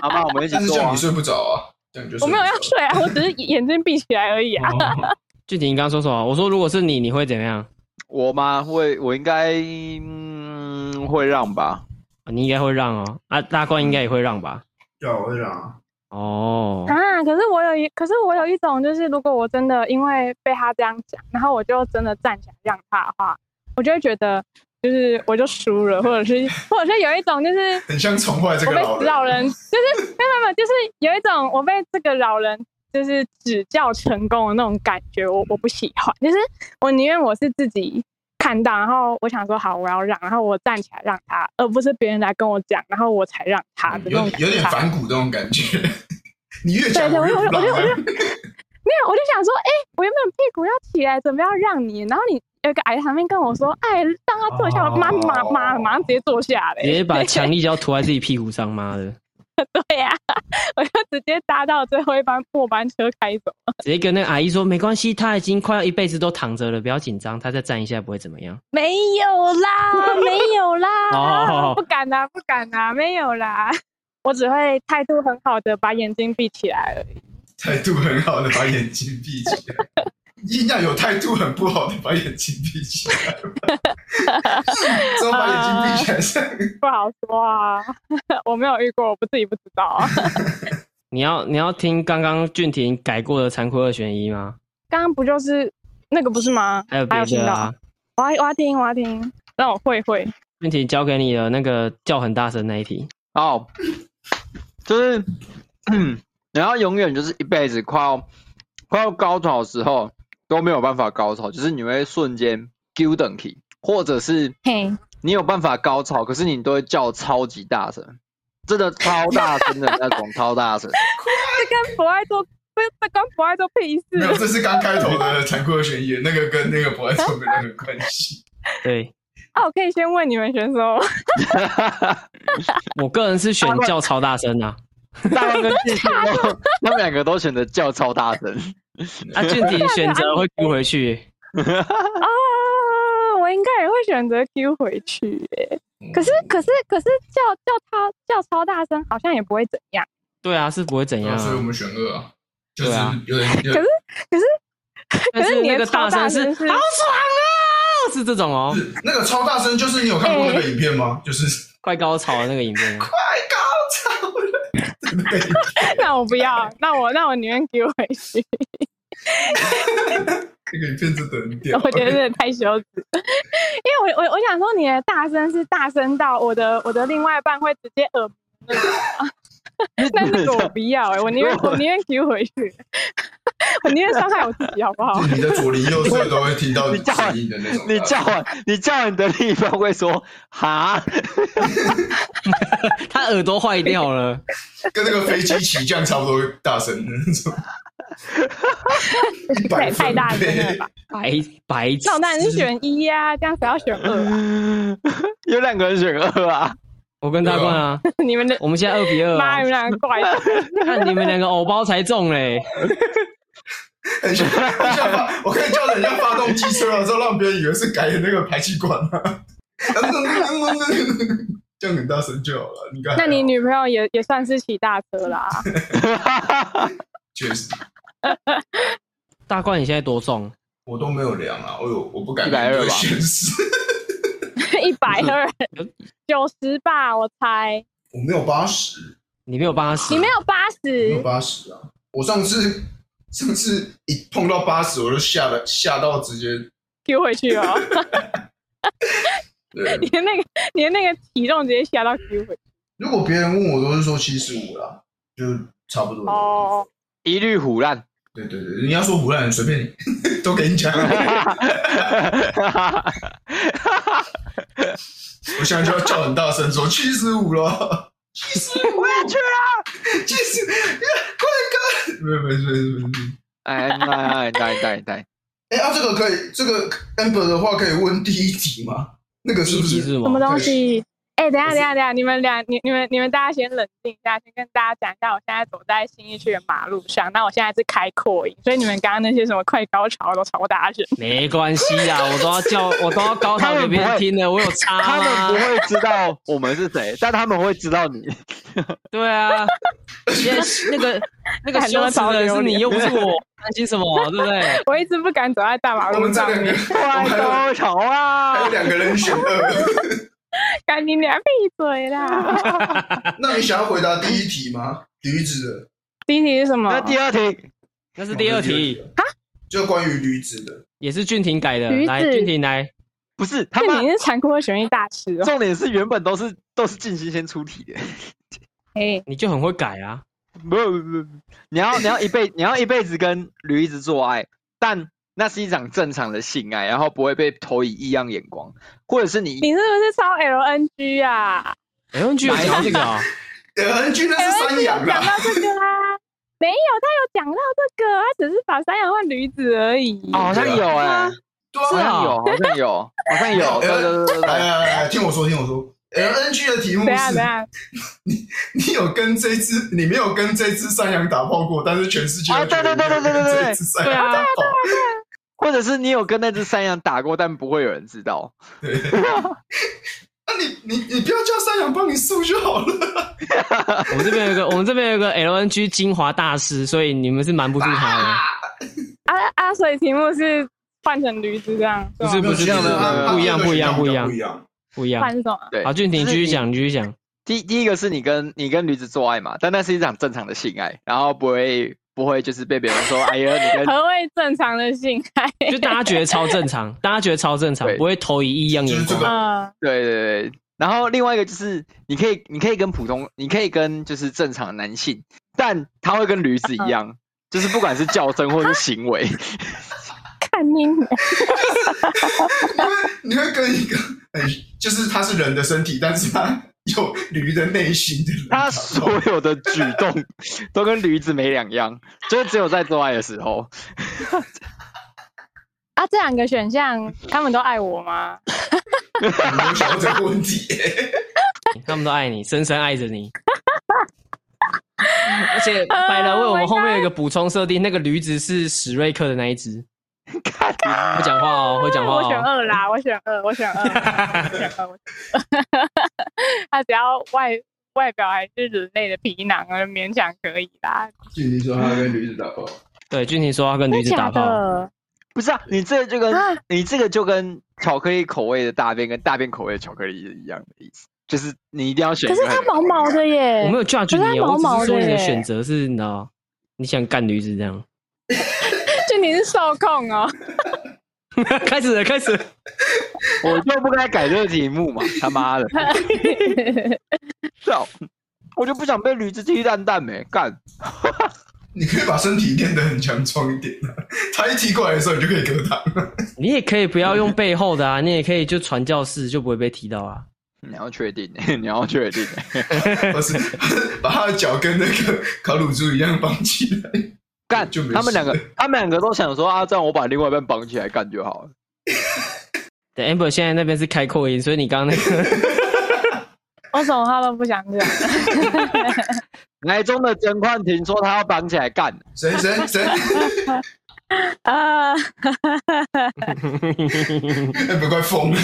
阿妈，我们一起
但是这
做、
样
啊
你。睡不着啊，这样你就睡
我
不
没
着
有要睡啊，我只是眼睛闭起来而已啊。
哦
俊廷刚刚说什么？我说如果是你，你会怎么样？
我吗？会，我应该、嗯、会让吧。
你应该会让哦，啊，大冠应该也会让吧？
对啊，我会让啊。
哦，
啊，可是我有一，可是我有一种，就是如果我真的因为被他这样讲，然后我就真的站起来让他的话，我就会觉得就是我就输了，或者是或者是有一种就是
很像宠 <laughs> 坏这
我
个
被
老
死
人。
老人，就是没有没有，就是有一种我被这个老人就是指教成功的那种感觉，我我不喜欢，就是我宁愿我是自己看到，然后我想说好我要让，然后我站起来让他，而不是别人来跟我讲，然后我才让他的
嗯有
那种感觉。
有点反骨这种感觉。 <laughs> 你越讲
对对
越
我
不
就我就
让啊，
没有，我就想说，哎、我原本屁股要起来，准备要让你，然后你有一个矮旁边跟我说，哎，让他坐下，
哦
妈妈妈，马上直接坐下
直接
嘞。
把强力胶涂在自己屁股上，妈的，
对呀、 <laughs> 我就直接搭到最后一班末班车开走。
直接跟那个阿姨说没关系，她已经快要一辈子都躺着了，不要紧张，她再站一下不会怎么样。
没有啦，没有
哦
啦，啊 <laughs> 不敢啦，不敢啦，没有啦。我只会态度很好的把眼睛闭起来而已。
态度很好的把眼睛闭起来。一定要有态度很不好的把眼睛闭起
<laughs>
来吧，只要把眼睛闭起来是
不好说啊， <laughs> 我没有遇过，我不自己不知道啊。 <laughs>
你要你要听刚刚俊廷改过的残酷二选一吗？
刚刚不就是那个不是吗？
还有别
听
的
到？
啊？
我要我要听，我要听，让我会会。
俊廷交给你的那个叫很大声那一题，
哦，就是，嗯然后永远就是一辈子快要快要高潮的时候都没有办法高潮，就是你会瞬间 g u d e n key，或者是
嘿，
你有办法高潮，可是你都会叫超级大声，真的超大声的那种，超大声。
这跟不爱做，这这跟不爱做屁事
没。有，这是刚开头的残酷二选一，那个跟那个不爱做没任何关系。
对
啊，我可以先问你们选 <laughs> 手哦吗，
我个人是选叫超大声
<laughs>
啊，
大亮跟俊俊都，他们两个都选择叫超大声。
啊，俊体选择会丢回去，
啊，我应该也会选择 Q 回去、欸。可是可是可是叫叫他叫超大声，好像也不会怎样。
对啊，是不会怎
对
样
啊，
啊、
所以我们选二啊，就是
对啊
有点有点
可是
但
可是你
那
的
个
超
声
大
是好
声
爽
是
啊，是这种哦，
是那个超大声，就是你有看过那个影片吗？就是
快高潮的那个影片啊，
快高潮了，那个影片
<laughs> 那我不要，那我那我宁愿 Q 回去，
那个影片真的很屌。
<laughs> 我觉得真的太羞 <laughs> 耻。因为我我我想说，你的大声是大声到我的我的另外一半会直接耳，但那个我不要、 <laughs> 欸，我宁愿我宁愿 Q 回去， <laughs> 我宁愿伤害我自己，好不好？
啊你的左邻右舍都会听到
你叫
声音的那种。啊
你叫完，你叫完你的另一半会说哈，
他耳朵坏掉了，
跟那个飞机起降差不多大声的那种。一百
太
分
太大声了
贝
吧？
白白痴
那我当然是选一呀、这样谁要选二啊？
有两个人选二啊，
我跟大冠啊，
<laughs> 你们的
我们现在二比二、
妈，
啊
你，们两个怪的，
看你们两个偶包才中嘞，
很像，很像发，我可以叫人家发动机车啊了之后，让别人以为是改的那个排气管啊，这样很大声就好了。你看，
那你女朋友也也算是骑大车啦。 <laughs>
确实，
大冠你现在多重？
我都没有量啊，我有我不敢
120
面对
吧
现实，
一百二九十吧，我猜。
我没有八十，
你没有八十
你，没有八
没有
十，
八十啊，我上次上次一碰到八十，我就吓得吓到直接。
丢回去哦。
对，
你的那个，你的那个体重直接下到丢回去
如果别人问我，都是说七十五啦，就差不多。
哦。
一律胡乱。
对对对，你要说胡乱，随便你， <laughs> 都给
<laughs>
你讲。我现在就要叫很大声说七十五了，七十五，我要去了，七十，快哥，没有没有没有没有。
哎，来来来来来，
哎、啊，这个可以，这个 amber 的话可以问第一题吗？那个是
一
不
级
是
是
什么
吗？
东西？哎、等一下，等一下，等一下，你们俩，你、你们、你们大家先冷静一下，先跟大家讲一下，我现在走在新一区的马路上，那我现在是开扩音，所以你们刚刚那些什么快高潮都超大声。
没关系啊，我都要叫，我都要高潮给别人听了，我有差
他们不
吗？
会知道我们是谁，但他们会知道你。
对啊，现在那个那个羞耻的人是你，又不是 <laughs> 我，担心什么？对不对？
我一直不敢走在大马
我
路
们这
上，
两个，我
快
们还有
高潮
还有
啊！
两个人选二，
赶紧俩闭嘴啦！
那你想要回答第一题吗？驴子
第一题是什么
那？第二题，
哦那
的
是第二题，，
啊
就关于驴子的。
也是俊廷改的。
橘子
来，俊廷来，
不是他
那你
们，
是残酷二选一大师哦。
重点是原本都是 <laughs> 都是静心先出题的。
哎、
你就很会改啊。
<laughs> 不不不，你要你要一辈你要一辈子跟驴子做爱，但那是一场正常的性爱，然后不会被投以异样眼光，或者是
你
你
是不是超 LNG 啊
LNG 有讲这个啊？
LNG 那是
？LNG
山
有
羊啊
讲
啦，
到这个啦、没有，他有讲到这个，他只是把山羊换驴子而已。
哦好像有哎、
对啊，
好像
哦
有，好像有，好像有，对对对对
来
对，
来来，听我说，听我说，LNG 的题目
等一下
是
等一下，
你有跟这只，你没有跟这只山羊打炮过，但是全世界
啊
都觉得
对对
你有
对对
跟
对对啊
这只山羊打炮，
或者是你有跟那只山羊打过，但不会有人知道。
那啊你你你不要叫山羊帮你梳就好了。
<laughs> 我们这边有一个，我们这边有一个 LNG 精华大师，所以你们是瞒不住 <laughs> 他
啊啊，所以题目是换成驴子这样，
不是
吗
<laughs> 不是
没有 <laughs>
不是
它
不
一样
它这个
不一样不
选项
一
比较
样
不一样。
的，不一样
换。是什么？
对，
好，俊廷
就
继续
是你。
讲，继续讲。
第第一个是你跟你跟驴子做爱嘛，但那是一场正常的性爱，然后不会不会就是被别人说，哎呀，你跟
何谓正常的性爱？
<laughs> 就大家觉得超正常，大家觉得超正常，
对
不会投以异样
就是
眼
这
光
个。
嗯，
对对对，然后另外一个就是，你可以，你可以跟普通，你可以跟就是正常的男性，但他会跟驴子一样，就是不管是叫声或是行为，
看你美
你会跟一个很就是他是人的身体，但是他有驴的内心
<laughs>
的人
他
打
所
炮，
有的举动都跟驴子没两样，就是只有在做爱的时候，
啊！这两个选项，他们都爱我吗？
你没有想到这个问题、
他们都爱你，深深爱着
<laughs>
你。而且白了为我
Oh my
们
God
后面有一个补充设定，那个驴子是史瑞克的那一
<laughs>
只，
看
会讲话哦，会讲话
我选
哦。
二啦，我选二，我选二，我选二。我 <laughs> 选二他只要外外表还是人类的皮囊，呃勉强可以啦。
据你说他跟驴子打炮，
对，俊廷说要跟驴
真
子
的
打
假
炮，
的？
不是啊，你这个就跟
啊
你这个就跟巧克力口味的大便跟大便口味的巧克力是一样的意思，就是你一定要选
可
一
是
个
它
很。
毛毛的耶
我没，有 judge
可是
你
它
哦，
毛毛
我只是说你
的欸
的
耶
选择是，你知道，你想干驴子这样。 <laughs>
就你是受控哦。
开始了，开始了。
我就不该改这个题目嘛，他妈
<laughs>
的！操，我就不想被驴子踢蛋蛋没、干。
你可以把身体练得很强壮一点、啊， <laughs> 他一踢过来的时候，你就可以割 <laughs> 他。
你也可以不要用背后的啊，你也可以就传教士就不会被踢到啊。
你要确定， <laughs> 你要确
<laughs>
定，
不是 <laughs> 把他的脚跟那个烤乳猪一样绑起来。
干
就没事！
他们两个，他们两个都想说啊，这样我把另外一半绑起来干就好了。
对，amber 现在那边是开扩音，所以你刚刚那个
<laughs>
<laughs>
我什么话都不想讲。
台中的曾冠廷说他要绑起来干，
谁谁谁？
<laughs>
<laughs>
啊，
哎，不快疯了！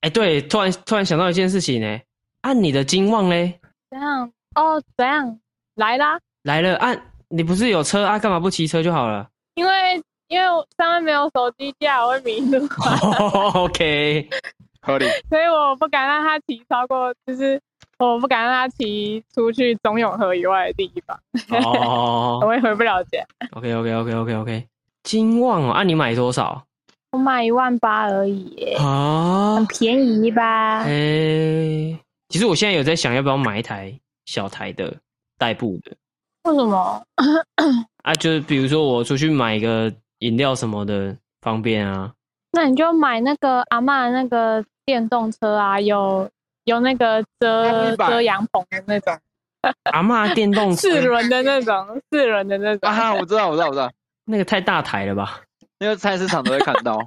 哎、对，突然突然想到一件事情呢、按你的金旺嘞
怎样？哦，怎样？来啦！
来了，按你不是有车啊，干嘛不骑车就好了、 <laughs>
因为因为我上面没有手机架，我会迷路，啊
<laughs> o k
合理。 <laughs>
所以我不敢让他骑超过，就是我不敢让他骑出去中永和以外的地方，
哦、
我也回不了家。
o k OK OK OK OK，金旺哦，按、你买多少
我买一万八而已耶，
啊
很？便宜吧
哎、？其实我现在有在想要不要买一台小台的代步的。
为什么？
啊，就是比如说我出去买个饮料什么的，方便啊。
那你就买那个阿嬷那个电动车啊，有有那个遮
一百
遮阳棚的那种，
阿嬷电动
<laughs> 四
车
轮的那种，四轮的那种。
啊哈，我知道，我知道，我知道，
那个太大台了吧？
因为菜市场都会看
<laughs>
到。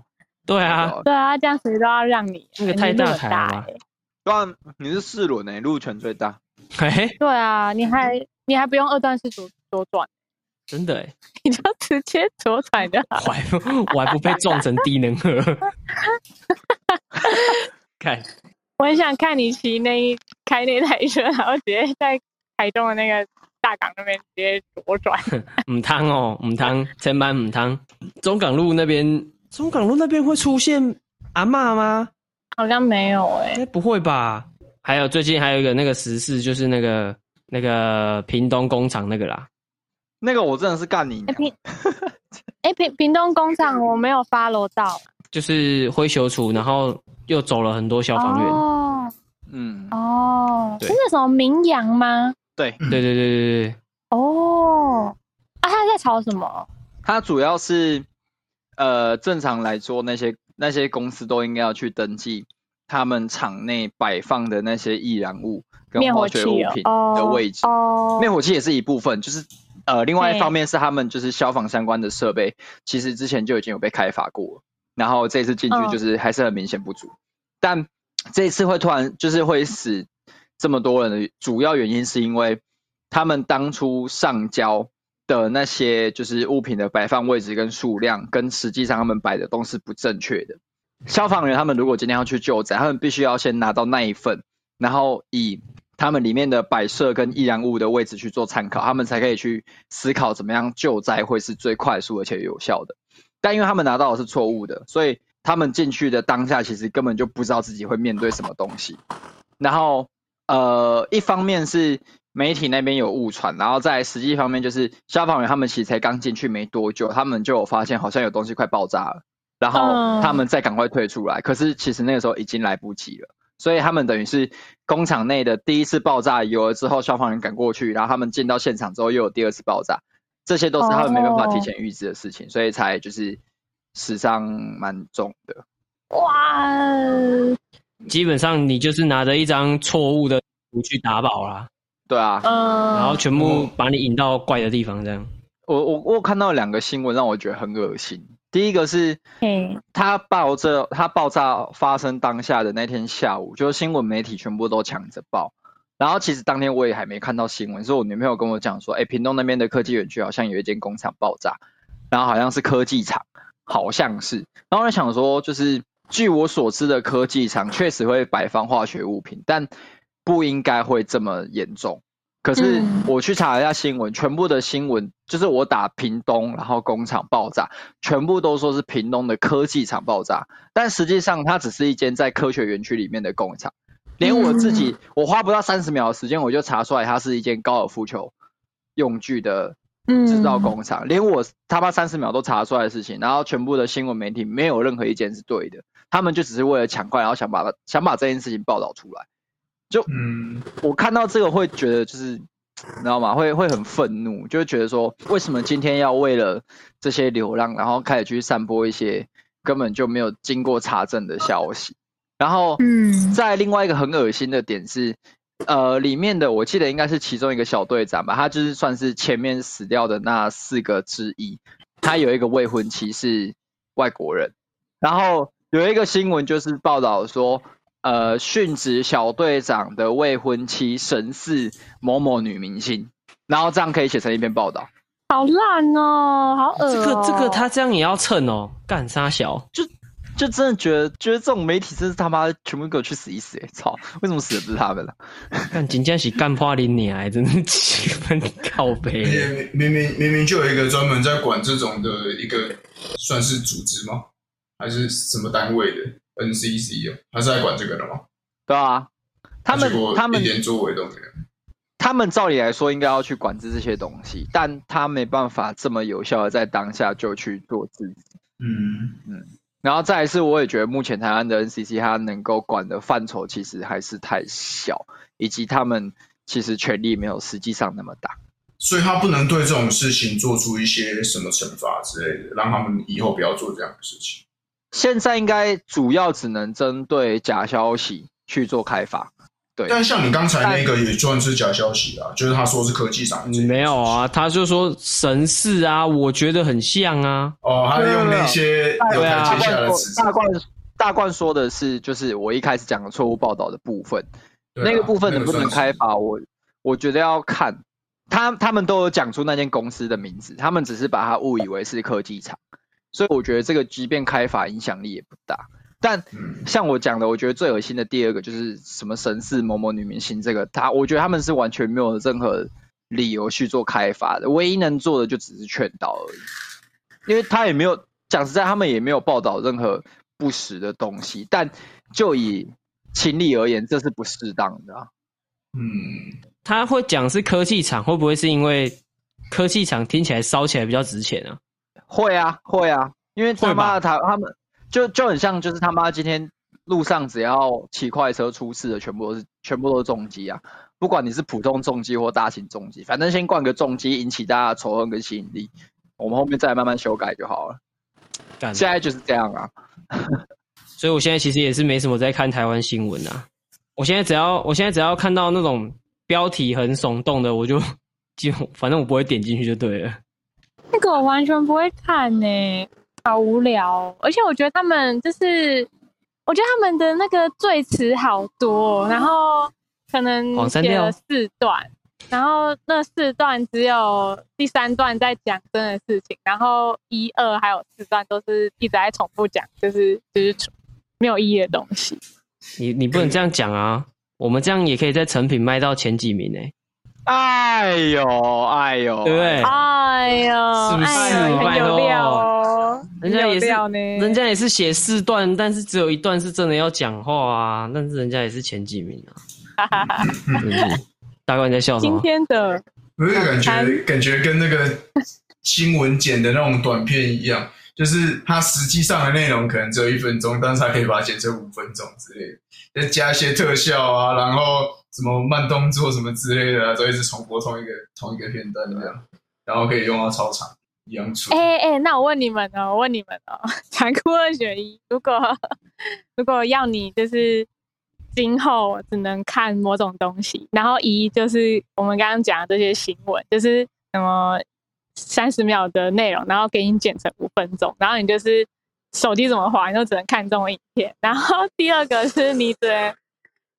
对啊，
对啊，这样谁都要让你，
那个太大台了
大、
吧
欸。
对啊，你是四轮诶，路权最大。
嘿、嘿，
对啊，你还你还不用二段式左左转，
真的哎，
你就直接左转就好。
我还不我还不被撞成低能儿。看，
我很想看你骑那一开那台车，然后直接在台中的那个大港那边直接左转。
母汤哦，母汤，千班母汤，中港路那边，中港路那边会出现阿嬷吗？
好像没有哎、
应该不会吧？还有最近还有一个那个时事，就是那个那个屏东工厂那个啦，
那个我真的是干你娘
哎、屏哎、屏屏东工厂我没有 follow 到。
就是灰球厨，然后又走了很多消防员。
哦
嗯，
哦，
对
是那什么名扬吗？
对，
对对对对对，
哦，啊，他在吵什么？
它主要是，呃，正常来说，那些那些公司都应该要去登记他们场内摆放的那些易燃物跟
灭
化
火
学
器
物品的位置。
哦，
灭火器也是一部分，就是呃，另外一
对
方面是他们就是消防相关的设备，其实之前就已经有被开发过了，然后这次进去
嗯
就是还是很明显不足，但这一次会突然就是会死这么多人的主要原因是因为他们当初上交的那些就是物品的摆放位置跟数量，跟实际上他们摆的都是不正确的。消防员他们如果今天要去救灾，他们必须要先拿到那一份，然后以他们里面的摆设跟易燃物的位置去做参考，他们才可以去思考怎么样救灾会是最快速而且有效的。但因为他们拿到的是错误的，所以他们进去的当下其实根本就不知道自己会面对什么东西。然后呃，一方面是媒体那边有误传，然后在实际方面就是消防员他们其实才刚进去没多久，他们就有发现好像有东西快爆炸了，然后
嗯
他们再赶快退出来，可是其实那个时候已经来不及了。所以他们等于是工厂内的第一次爆炸有了之后，消防员赶过去，然后他们进到现场之后又有第二次爆炸，这些都是他们没办法提前预知的事情，所以才就是死伤蛮重的。
哇，呃
基本上你就是拿着一张错误的图去打宝啦，
对啊，
嗯，
然后全部把你引到怪的地方，这样。
我我我有看到两个新闻让我觉得很恶心。第一个是
嘿，
它爆这它爆炸发生当下的那天下午，就是新闻媒体全部都抢着报。然后其实当天我也还没看到新闻，是我女朋友跟我讲说，哎，屏东那边的科技园区好像有一间工厂爆炸，然后好像是科技厂，好像是。然后我就想说，就是据我所知的科技厂确实会摆放化学物品，但不应该会这么严重。可是
嗯
我去查了一下新闻，全部的新闻就是我打屏东，然后工厂爆炸，全部都说是屏东的科技厂爆炸，但实际上它只是一间在科学园区里面的工厂。连我自己，我花不到三十秒的时间，我就查出来它是一间高尔夫球用具的制
嗯
造工厂，连我他妈三十秒都查出来的事情，然后全部的新闻媒体没有任何一间是对的，他们就只是为了抢快，然后想把它想把这件事情报道出来。
嗯，
我看到这个会觉得就是，你知道吗？会会很愤怒，就会觉得说，为什么今天要为了这些流浪，然后开始去散播一些根本就没有经过查证的消息？然后，
嗯
在另外一个很恶心的点是，呃，里面的我记得应该是其中一个小队长吧，他就是算是前面死掉的那四个之一，他有一个未婚妻是外国人，然后有一个新闻就是报道说，呃，殉职小队长的未婚妻神似某某女明星，然后这样可以写成一篇报道，
好烂哦，好恶、哦。
这个这个他这样也要蹭哦，干啥小？
就真的觉得觉得这种媒体真是他妈全部给我去死一死、欸！操，为什么死的不是他们呢、啊
干真正是干破你你还真是气愤靠
而
背。
且明明明明就有一个专门在管这种的一个，算是组织吗？还是什么单位的？NCC 哦，他是在管这个的吗？
对啊，他们
结果
他们
一点作为都没有。
他们照理来说应该要去管制这些东西，但他没办法这么有效的在当下就去做自己。
嗯，
然后再一次，我也觉得目前台湾的 NCC 它能够管的范畴其实还是太小，以及他们其实权力没有实际上那么大。
所以他不能对这种事情做出一些什么惩罚之类的，让他们以后不要做这样的事情。
现在应该主要只能针对假消息去做开发。对
但像你刚才那个也算是假消息啊，就是他说是科技厂的
没有啊，他就说神似啊，我觉得很像啊。
哦，他用那些有
对啊
台
大
阶下的
冠
词，
大冠大冠说的是，就是我一开始讲的错误报道的部分。
对啊
那个部分能不能
算是
开发，我我觉得要看他他们都有讲出那间公司的名字，他们只是把它误以为是科技厂，所以我觉得这个即便开发影响力也不大。但
嗯
像我讲的，我觉得最恶心的第二个就是什么神似某某女明星这个，他我觉得他们是完全没有任何理由去做开发的，唯一能做的就只是劝导而已，因为他也没有讲实在，他们也没有报道任何不实的东西，但就以情理而言，这是不适当的、啊。
嗯，
他会讲是科技厂，会不会是因为科技厂听起来烧起来比较值钱啊？
会啊，会啊，因为他
会
妈
吧
的他他们就就很像，就是他妈今天路上只要骑快车出事的，全部都是全部都是重击啊！不管你是普通重击或大型重击，反正先灌个重击，引起大家的仇恨跟吸引力，我们后面再慢慢修改就好了。
干，
现在就是这样啊，
所以我现在其实也是没什么在看台湾新闻啊。我现在只要我现在只要看到那种标题很耸动的，我就 <laughs> 就反正我不会点进去就对了。
那个我完全不会看呢、好无聊哦、而且我觉得他们就是，我觉得他们的那个罪词好多哦、然后可能
黄山
写
料
了四段，然后那四段只有第三段在讲真的事情，然后一二还有四段都是一直在重复讲，就是就是没有意义的东西。
你你不能这样讲啊！我们这样也可以在成品卖到前几名诶、
哎呦哎呦，
对不对？
哎呦，
是不是哎
哎呦，很
拜
有
托
料哦，
人家也
很有
是
料呢，，
人家也是写四段，但是只有一段是真的要讲话啊，但是人家也是前几名啊。真是大哥你在笑什
今
么？
天的
我有一个感
晚
觉感觉跟那个新闻剪的那种短片一样，就是它实际上的内容可能只有一分钟，但是它可以把它剪成五分钟之类的，再加一些特效啊，然后什么慢动作什么之类的、啊，都一直重播同一个同一个片段这样，然后可以用到超长一样粗。
哎、哎、那我问你们哦，我问你们哦，残酷二选一，如果如果要你就是今后只能看某种东西，然后一就是我们刚刚讲的这些新闻，就是什么三十秒的内容，然后给你剪成五分钟，然后你就是手机怎么滑，你就只能看这种影片。然后第二个是你只能，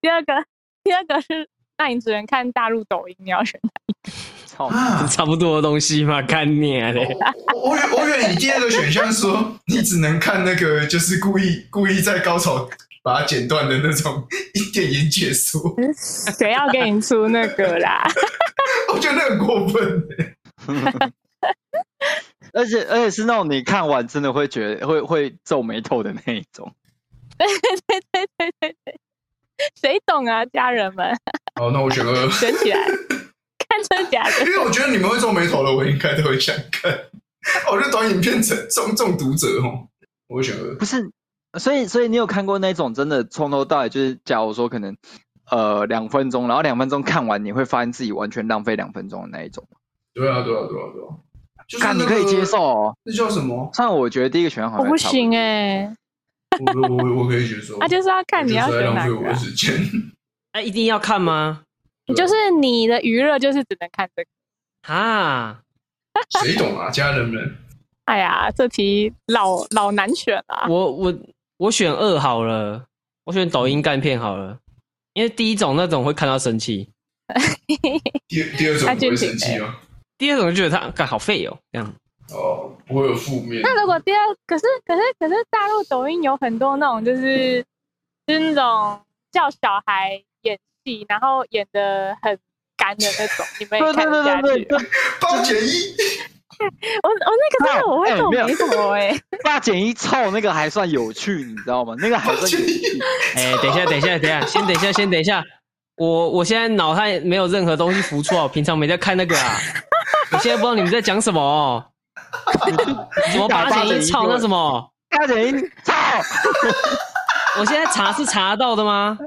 第二个第二个是那你只能看大陆抖音，你要选哪
操，
啊，
差不多的东西嘛，干你啊嘞！
我我我以为你第二个选项说你只能看那个就是故意故意在高潮把它剪断的那种 <laughs> 一点言解说，
谁要给你出那个啦？
<laughs>
<laughs>
我觉得那很过分、欸。
而且而且是那种你看完真的会觉得会会皱眉头的那一种。
谁懂啊，家人们，
好，那我选二。
卷起来，看真的假的？
因为我觉得你们会皱眉头的，我应该都会想看。我觉得短影片成中中毒者哦，我会选二。
不是，所以所以你有看过那种真的从头到尾就是，假如说可能呃两分钟，然后两分钟看完，你会发现自己完全浪费两分钟的那一种。
对啊，对啊，对啊，对啊。就是
看、
那
你可以
个
接受哦。
那叫什么？
虽然我觉得第一个选项好
我
像
不
差多
行哎、
我我我我可以
<laughs>
接受。
他、啊就是要看你要
我就是在浪
选哪
费
个
我的
啊、
时间。
那一定要看吗？
你就是你的娱乐就是只能看这个。
啊，
谁懂啊？家人们，
哎呀，这题老老难选了、啊。
我我我选二好了，我选抖音干片好了，因为第一种那种会看到生气，
第第二种
他哎
不会
俊
生
平
气吗？
第二种就觉得他干好废哦，这样
哦，不会有负面。
那如果第二，可是可是可是大陆抖音有很多那种就是就是那种叫小孩演戏，然后演的很干的那种，你们也
对
哎看得下
对对对
去？
对，
八减一，
我我那个真的我会
哎
皱
没有
眉头哎、
八减一凑那个还算有趣，你知道吗？那个还
八
算
减
有趣。
一，
哎、等一下，等一下，等一下，先等一下，先等一下。我我现在脑袋没有任何东西浮出啊，我平常没在看那个啊。我现在不知道你们在讲什么、哦，什么八减一操那什么？
八减
<laughs>
一凑，
我现在查是查到的吗？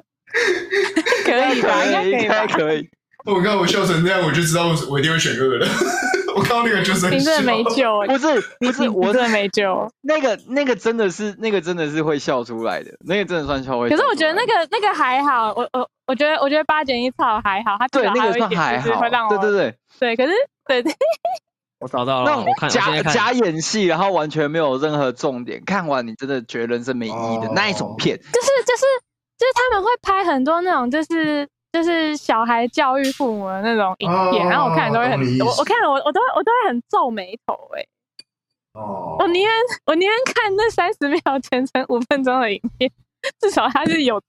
可以吧？应该
可以，
可以
应该？
吧
可
<laughs>
以。
我刚刚我笑成这样，我就知道我我一定会选二了。 <laughs> 我看到那个就生
你
气
真的没
了。
救，
不是不是，
你
我
真的没救。
那个那个真的是那个真的是会笑出来的，那个真的算笑会
可
笑出来的。
是我觉得那个那个还好，我我我觉得我觉得八减一草还好，它至
对
少
那
还有
个
一
算还
点就是会让
好，
我
对对对，
对可是对 <laughs> 对
我找到
那
了，哦我
种
看，我现
假
在看。
假演戏，然后完全没有任何重点，看完你真的觉得人生没意义的
哦
那一种片，
就是就是就是他们会拍很多那种就是就是小孩教育父母的那种影片，
哦
然后我看了都会
懂你意
很
思
我我看了我我都会我都会很皱眉头哎、
哦
我宁愿我宁愿看那三十秒剪成五分钟的影片，至少它是有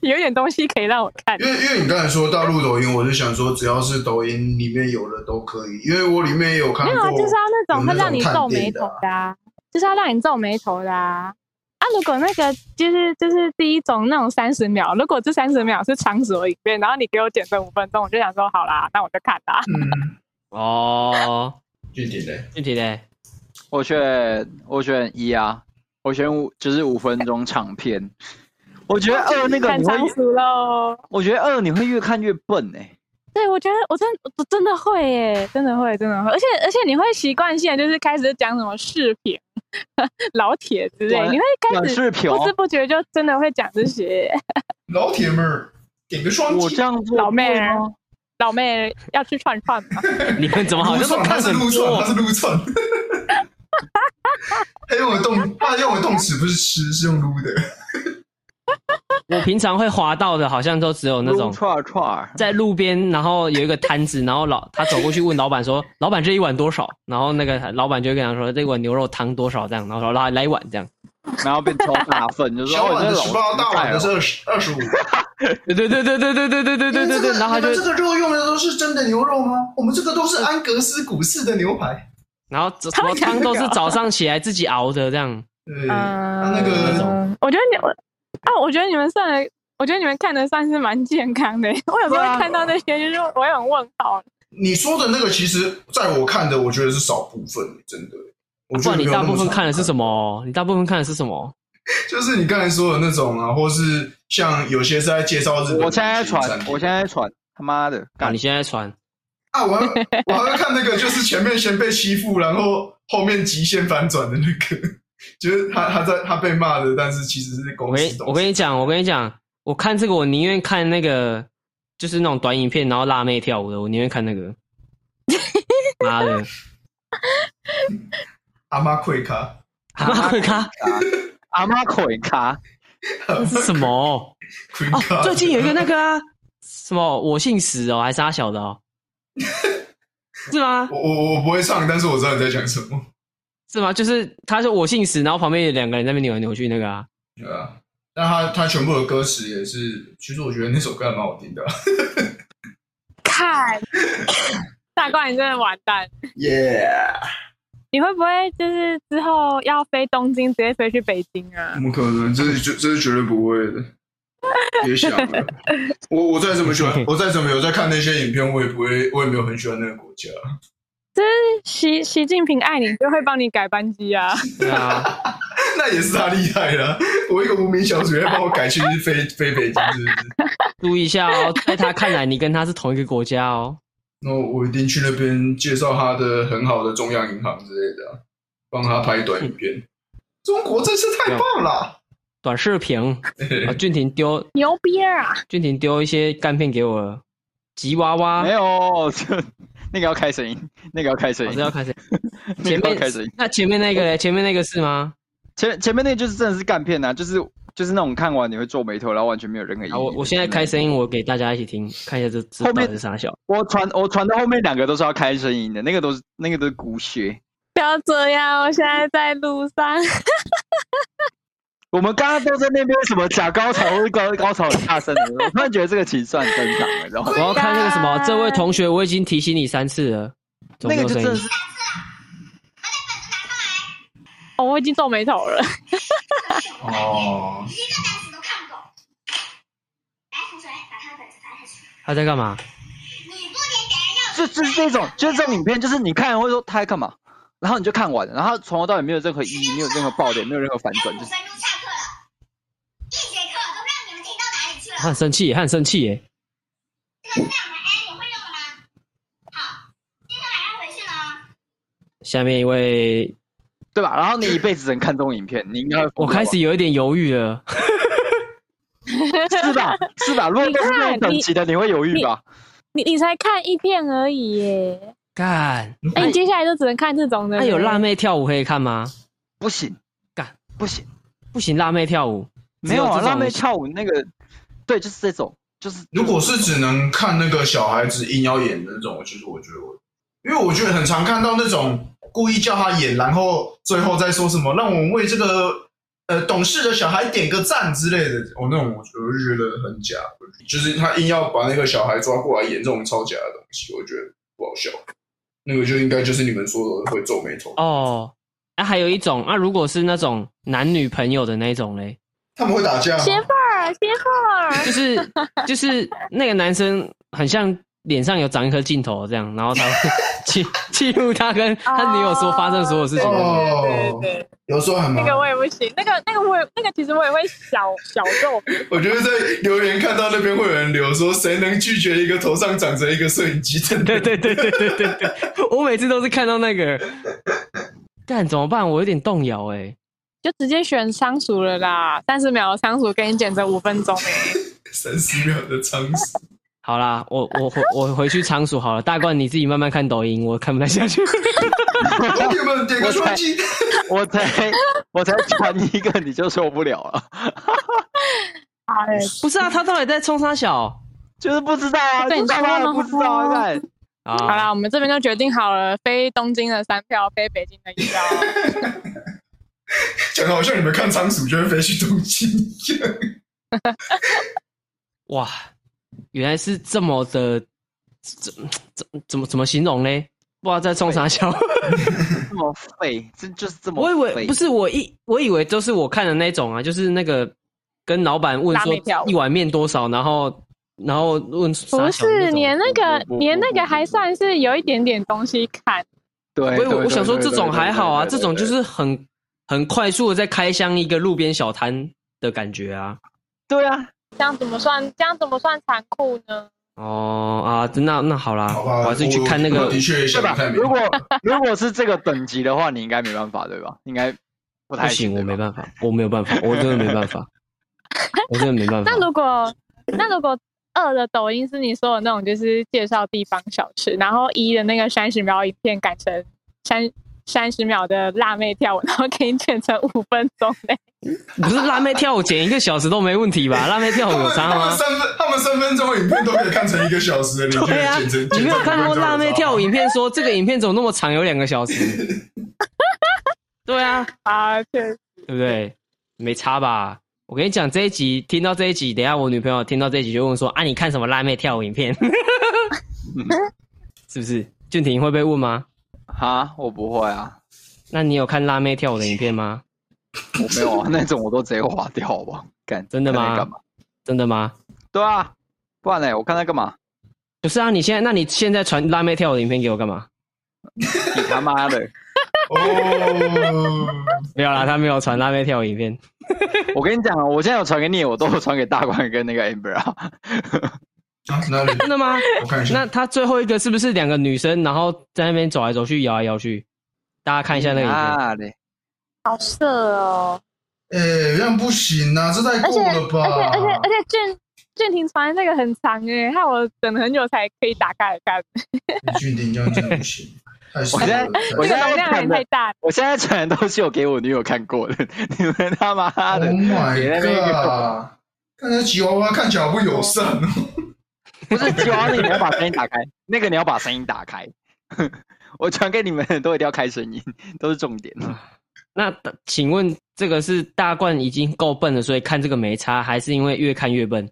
有点东西可以让我看
因。为因为你刚才说大陆抖音，我就想说只要是抖音里面有的都可以，因为我里面也有看
没有啊，
过，
就是要那
有
种
那
会
种
让你皱眉头的、啊，就是要让你皱眉头的啊。啊，如果那个就是就是第一种那种三十秒，如果这三十秒是长所影片，然后你给我剪成五分钟，我就想说好啦，那我就看啦。
嗯，
哦，
俊点嘞，
具体嘞，
我选我选一啊，我选五就是五分钟长片。我觉得二那个
<laughs> 看
你会
仓，鼠喽。
我觉得二你会越看越笨哎、
对，我觉得我真我真的会耶，真的会，真的会，而且而且你会习惯性地就是开始讲什么视频、 <laughs> 老铁之类，
短
你会
短
开始
视频哦，
不知不觉就真的会讲这些。
老铁们儿点个双
我
击
这，样做
老妹
对
儿
吗
老妹要去串串吗？
你们怎么好
撸
像都
串，他
看
是
很
撸串，
多
他？是撸 <laughs> 串。他用的哎动，他用的动词不是吃，是用撸的。
我平常会滑到的，好像都只有那种
撸串儿串儿，
在路边，然后有一个摊子，然后老他走过去问老板说：“老板这一碗多少？”然后那个老板就会跟他说：“这碗牛肉汤多少？”这样，然后说：“来来一碗这样。
然后变超大
<laughs>
份，就说
小
哦，你
碗
这
的
老哦
十八，大碗的
时
是
候，
二十二十五。”
对对对对对对对对对对对
你们这
对，
个
然后他
你
就
们这个肉用的都是真的牛肉吗？我们这个都是安格斯股式的牛排。
然后什么汤都是早上起来自己熬的这样。
对，
嗯，
他那个
我觉得你我啊，我觉得你们算的，我觉得你们看的算是蛮健康的。 <laughs> 我有时候会看到那些，就是我有很问号。
你说的那个，其实在我看的，我觉得是少部分，真的。我
不
觉得
然你
没有
大
那么
部分
常
看的是什么？你大部分看的是什么？
<laughs> 就是你刚才说的那种啊，或是像有些是在介绍日本的
我现在在
新产
传，
品
我现在在传，他妈的，
啊，
干
你现在传
啊，我还我还会看那个，就是前面先被欺负，然后后面极限反转的那个，就是他他在他被骂的，但是其实是
我
公
跟
司
你
董事
我跟你讲，我跟你讲，我看这个，我宁愿看那个，就是那种短影片，然后辣妹跳舞的，我宁愿看那 <laughs> 个。妈
<laughs>
的，
阿妈溃咖，
阿妈会咖
阿妈口音咖，
呃
这是什么？哦，
溃 <laughs> 咖，
最近有一个那个啊，什么我姓史哦，还是阿小的
<laughs>
哦，是吗？
我我我不会唱，但是我知道你在讲什么，
是吗？就是他说我姓史，然后旁边有两个人在那边扭来扭去那个啊，
对啊。但他他全部的歌词也是，其实我觉得那首歌还蛮好听的、啊
看， <coughs> 大怪你真的完蛋，
耶，
你会不会就是之后要飞东京，直接飞去北京啊？
怎么可能？这是绝这是绝对不会的。别想了，我我再怎么喜欢，我再怎么有在看那些影片，我也不会，我也没有很喜欢那个国家。 <laughs>
习习近平爱你，就会帮你改班机啊。
对啊。
那也是他厉害了。我一个无名小卒，要帮我改去飞飞北京，是不是？
注意一下
<laughs>
哦，在他看来，你跟他是同一个国家哦。
那我一定去那边介绍他的很好的中央银行之类的啊、帮他拍短影片。中国真是太棒了！
短视频啊，俊廷丢
<laughs> 牛逼啊！
俊廷丢一些干片给我了，吉娃娃
没，有，这那个要开声音，那个要开声
我
音
是，要开
<laughs>
始。
那
前
个要
面
开声音。
那前面那个嘞，前面那个是吗？
前前面那个就是真的是干片呐、就是就是那种看完你会皱眉头，然后完全没有任何意义。
啊，我我现在开声音，我给大家一起听，看一下这这
后面
到底是啥小。
我传我传到后面两个都是要开声音的，那个都是那个都是骨血。
不要这样，我现在在路上。
我们刚刚都在那边什么假高潮或者高高潮很大声的， <laughs> 我突然觉得这个其实算正常的，知道吗
我？要看那个什么，这位同学，我已经提醒你三次了，怎么没
那个
有
就
声
真的
音？
是
<laughs> 哦，我已经皱眉头了。
哦，
一个单词都看不懂。来，同学，把他的本子拿下去。
他在干嘛？
你不点给
就
人要
就是那种就是这种影片，就是你看会说他在干嘛，然后你就看完了，然后从头到尾没有任何意义，没有任何爆点，没有任何反转，
五
就是
分钟下课了，一节课都不知道你们听到哪里去
他
了。
很生气，他很生气耶！
这个字我们 A 你会用了吗？好，今天晚上回去了哦。
下面一
啊
位，
对吧？然后你一辈子只能看这种影片，你应该会
我开始有一点犹豫了。
是吧？是吧？如果都是那种等级的，你会犹豫吧？
<laughs> 你你才看一片而已耶，
干，
哎、你接下来就只能看这种的。
那哎有辣妹跳舞可以看吗？
不行，
干
不行，
不行，辣妹跳舞
没有啊！
只有这种
辣妹跳舞那个，对，就是这种，就是
如果是只能看那个小孩子硬要演的那种，其实我觉得我，因为我觉得很常看到那种故意叫他演，然后最后再说什么让我们为这个呃懂事的小孩点个赞之类的，我、那种我我就觉得很假，就是他硬要把那个小孩抓过来演这种超假的东西，我觉得不好笑。那个就应该就是你们说的会皱眉头，
哦。啊，还有一种啊，如果是那种男女朋友的那种
<laughs>
嘞，
他们会打架吗？
歇会儿，歇会
就是就是那个男生很像脸上有长一颗镜头这样，然后他会 <laughs> 记记录他
哦
跟他女友说发生所有事情。
哦
儿。对对对，
有时候还蛮
那个我也不行，那个那个我也那个其实我也会小 <laughs> 小皱眉。
我觉得在留言看到那边会有人留说，谁能拒绝一个头上长着一个摄影机的？
对对对对对对对，我每次都是看到那个，干怎么办？我有点动摇哎、
就直接选仓鼠了啦，三十秒的仓鼠给你减成五分钟哎、
三十秒的常识， <laughs>
好啦，我我回我回去仓鼠好了，大冠你自己慢慢看抖音，我看不太下
<laughs>
去。
同学们点个双击。
<laughs> 我才我才传一个你就受不了啊了，
哎，
不是啊，他到底在冲啥小
<laughs> 就是不知道
<laughs>
啊，
对
就是他妈的不知道啊，干
啊？
好啦，我们这边就决定好了，飞东京的三票，飞北京的一票。
讲的好像你们看仓鼠就会飞去东京一样。
哇，原来是这么的，怎怎怎么怎么形容嘞？不知道在冲啥笑。
这么废，这就是这么
我以为
废
不是我一我以为都是我看的那种啊，就是那个跟老板问
拉
说
面条
一碗面多少，然后然后问啥
不
小那
是，
种
连那个
不不不
连那
不
个
不
还算是有一点点东西看。
对，
所以我
对
我想说
对
这
对
种
对
还好啊，
对对
这种
对
就是很很快速的在开箱一个路边小摊的感觉啊。
对啊，
这样怎么算？这样怎么算残酷呢？
哦啊，那那好啦，
好吧，
我还是去看那
我
个
的确
对
想不
吧
太？明
如
白。
果 <laughs> 如果是这个等级的话，你应该没办法对吧？应该不
不
太
行，我
对吧
没办法，我没有办法，我真的没办法，我真的没办法。
那如果那如果二的抖音是你说的那种，就是介绍地方小吃，然后一的那个三十秒影片改成三三十秒的辣妹跳舞，然后给你剪成五分钟嘞，
不是辣妹跳舞剪一个小时都没问题吧？辣妹跳舞
他
有
们
差
他们 <laughs>
吗？
三分他们三分钟的影片都可以看成一个小时的，你就
对啊，
简直
你没有看过辣妹跳舞？影片说这个影片怎么那么长，有两个小时？对啊，
<laughs> 啊，确
对不对？没差吧？我跟你讲，这一集听到这一集，等一下我女朋友听到这一集就问说：“啊，你看什么辣妹跳舞影片？”是不是？俊廷会被问吗？
哈，我不会啊，
那你有看辣妹跳舞的影片吗？
我没有啊， <laughs> 那种我都直接划掉好不好？干
真的吗
看那干嘛？
真的吗？
对啊，不然呢？我看他干嘛？
不是啊，你现在那你现在传辣妹跳舞的影片给我干嘛？
<laughs> 你他妈的！
哦，
没有啦，他没有传辣妹跳舞影片。
我跟你讲啊，我现在有传给你，我都有传给大关跟那个 Amber 啊。
<laughs> 啊哪里？
真的吗？
我看一下。
那他最后一个是不是两个女生，然后在那边走来走去、摇来摇去？大家看一下那个影片。
啊嘞，
好色哦！
哎，这样不行啊，这太
而且
过了吧？
而且而且而且俊俊廷传的那个很长哎，害我等了很久才可以打开来看，
你确定这样真的不行？太
我现在我
这
现
个
我
容量有点太大了。
我现在传的都是有给我女友看过的，你们他妈的
嗯
Oh
别在那边给我
my god！看那吉娃娃看起来好不友善哦。
不是吉娃娃，你要把声音打开，那个你要把声音打开。 <laughs> 我传给你们的都一定要开声音，都是重点。啊
嗯那请问这个是大冠已经够笨了，所以看这个没差，还是因为越看越笨？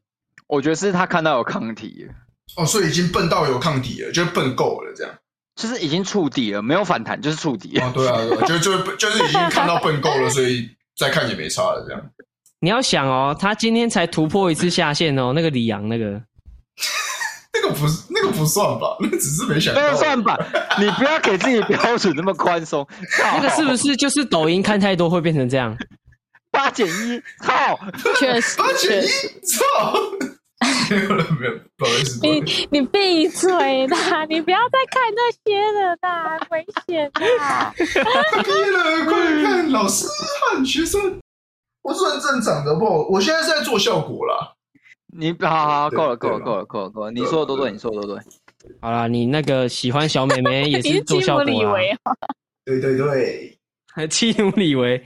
我觉得是他看到有抗体了，
哦，所以已经笨到有抗体了，就是笨够了这样。
就是已经触底了，没有反弹，就是触底。
哦，对啊，对啊就就就是已经看到笨够了，所以再看也没差了这样。
你要想哦，他今天才突破一次下限哦，那个李阳那个，
那个不是那个不算吧？那只是没想
没
到。
有算吧，你不要给自己标准那么宽松。
那
那
个是不是就是抖音看太多会变成这样？
八减一？靠！
确实
八
确
减一
实，，
操！没有了，没有，不好意思，不好
你
意思。
你闭嘴啦！你不要再看那些了啦，危险啦！
毕业了，快看老师和学生。我是很正常的，不好，我现在是在做效果啦。
你好好好，
对
够了
对
够了
吧
够了够了够了，你说的都对，你说的都对。
好啦，你那个喜欢小美眉也
<laughs> 你
是
是
做
基
效
姆里
果
维哦，
对对对，
啊，基努里维，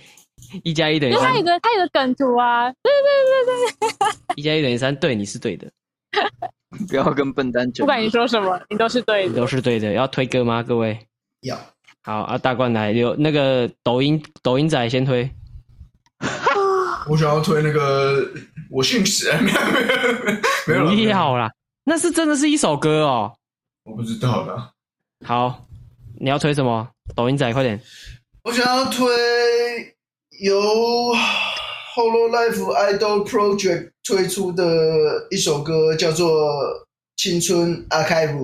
一加一等于
因为
三
他有，个他有个梗图啊，对对对对，
一加一等于三，对，你是对的，
不要跟笨蛋
不
卷。
管你说什么，你都是对
你
的。
都是对的。要推歌吗，各位？
要
好啊，大冠来有那个抖音抖音仔先推，
我想要推那个我姓史，没有没有没有
不
没有了，
要啦，那是真的是一首歌哦。
我不知道啦。
好，你要推什么？抖音仔快点！
我想要推由 Hololive Idol Project 推出的一首歌，叫做《青春 Archive》。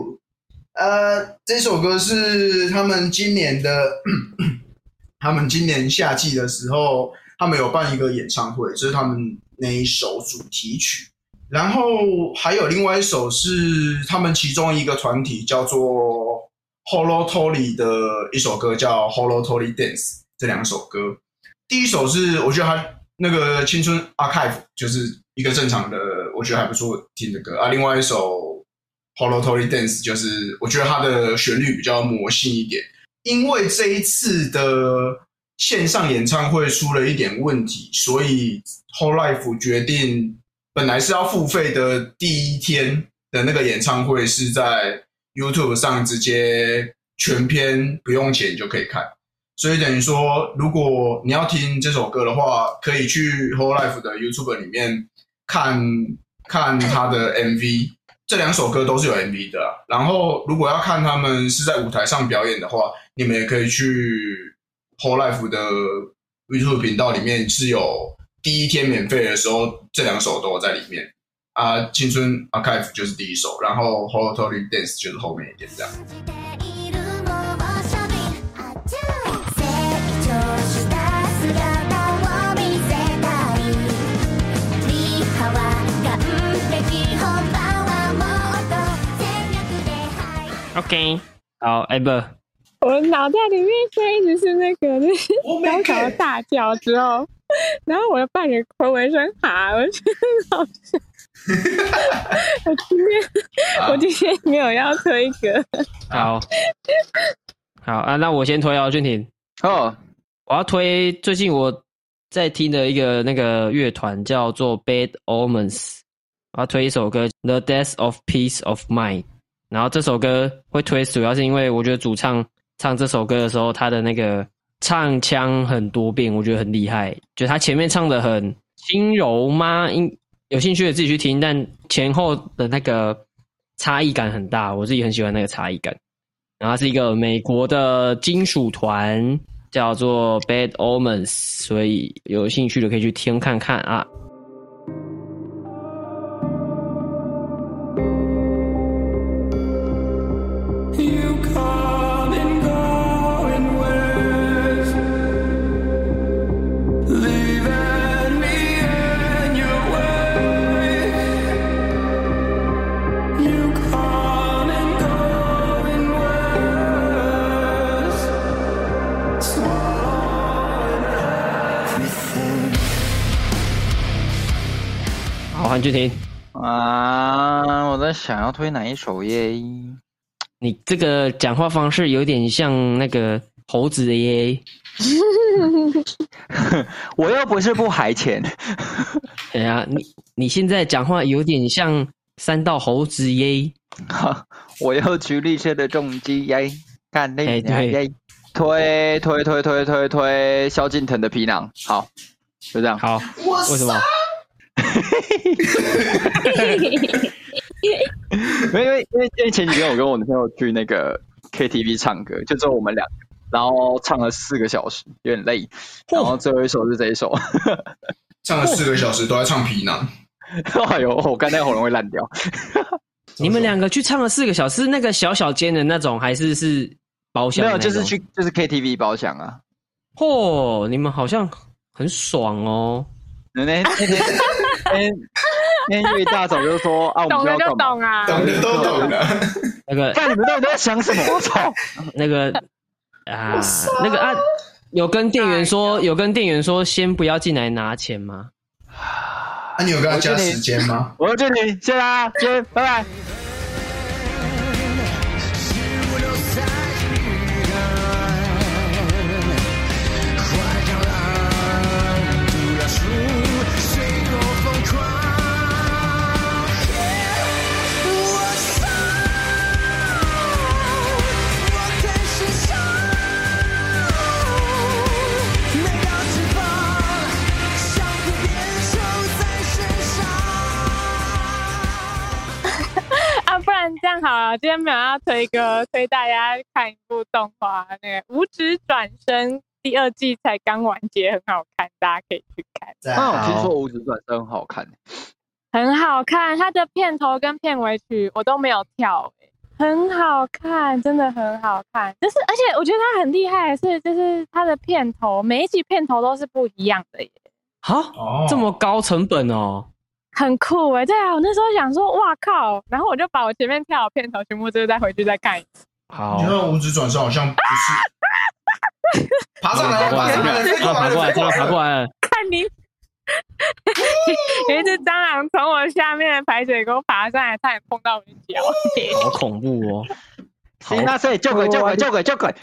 呃，这首歌是他们今年的， <clears throat> 他们今年夏季的时候，他们有办一个演唱会，这、是他们那一首主题曲。然后还有另外一首是他们其中一个团体叫做 Holo Tori 的一首歌叫 Holo Tori Dance，这两首歌，第一首是我觉得还那个青春 Archive 就是一个正常的，我觉得还不错听的歌啊。另外一首 Holo Tori Dance 就是我觉得它的旋律比较魔性一点，因为这一次的线上演唱会出了一点问题，所以 Whole Life 决定本来是要付费的第一天的那个演唱会是在 YouTube 上直接全篇不用钱就可以看，所以等于说，如果你要听这首歌的话，可以去 Whole Life 的 YouTube 里面看看他的 MV。这两首歌都是有 MV 的啊、然后如果要看他们是在舞台上表演的话，你们也可以去 Whole Life 的 YouTube 频道里面是有第一天免费的时候，这两首都有在里面。啊，青春 Archive 就是第一首，然后 Whole Totally Dance 就是后面一点这样。
「感じているもうショッピング」
OK，好，哎、不，
我的脑袋里面现在一直是那个，就是
我没
高潮
看，
大叫之后，然后我的伴侣回我一声哈，我觉得很好笑。我今天
啊
我今天没有要推
<laughs>
歌，
好，好啊，那我先推哦，俊廷，
哦，
我要推最近我在听的一个那个乐团叫做 Bad Omens，我要推一首歌《The Death of Peace of Mind》，然后这首歌会推，主要是因为我觉得主唱唱这首歌的时候，他的那个唱腔很多变，我觉得很厉害。就他前面唱的很轻柔吗？应有兴趣的自己去听，但前后的那个差异感很大，我自己很喜欢那个差异感。然后它是一个美国的金属团，叫做 Bad Omens，所以有兴趣的可以去听看看啊。
You come and go in waves, leaving me in your way. You come and go in waves, swallowing everything.
好，韩俊廷，
啊，我在想要推哪一首耶？
你这个讲话方式有点像那个猴子的耶。
我又不是不还钱， <laughs>
哎呀，你你现在讲话有点像三道猴子耶。
我又举绿色的重击耶，干
哎
那
对
耶，推推推推推推萧敬腾的皮囊，好，就这样。
好，
<laughs>
为什么？
没有，因为因为因为前几天我跟我女朋友去那个 KTV 唱歌，就只有我们俩，然后唱了四个小时，有点累。然后最后一首是这一首， <laughs>
唱了四个小时都在唱皮囊，
哎呦，我刚才喉咙会烂掉。
你们两个去唱了四个小时，是那个小小间的那种，还是是包厢
没
的那
有，
种？
就是去就是 KTV 包厢啊。
嚯，哦你们好像很爽哦。
那那那天那天那天一大早就说啊，我们
懂
不
的
要
就
干嘛？
懂啊。
懂的 <laughs> 都懂了。
那
<laughs>
个
看你们到底在想什么？我操！
那个啊，那个啊，有跟店员说，有跟店员说先不要进来拿钱吗？
那你有跟他加时间吗？
我要去你，谢谢大家，谢谢，拜拜。
没有翅膀，像个野兽在身上。
啊，不然这样好了，今天没有要推歌，推大家看一部动画，那个《无职转身》第二季才刚完结，很好看，大家可以去看，
那我
好
哦听说《五指转身》很好看，
很好看。它的片头跟片尾曲我都没有跳、欸很好看，真的很好看。就是而且我觉得它很厉害的是，就是它的片头每一集片头都是不一样的耶，
啊，
哦，
这么高成本哦，
很酷哎、对啊，我那时候想说，哇靠，然后我就把我前面跳的片头全部就是再回去再看一次。
好
你看，五指转身好像不是 <laughs> 爬上来，爬上来，
啊，爬过来，
飞
真的爬
来。
过来了，
看你，有一只蟑螂从我下面的排水沟爬上来，差点碰到我的脚。
好恐怖哦！
行，啊那所以救鬼救鬼救鬼救鬼，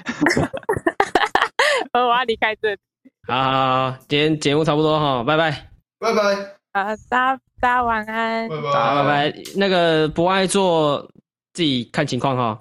呃，我要离开这里
好好，好今天节目差不多哈，拜拜，
拜拜，
啊！大家大家晚
<laughs>
安。
拜
好，
拜，
拜。拜。那个不爱做，自己看情况哈。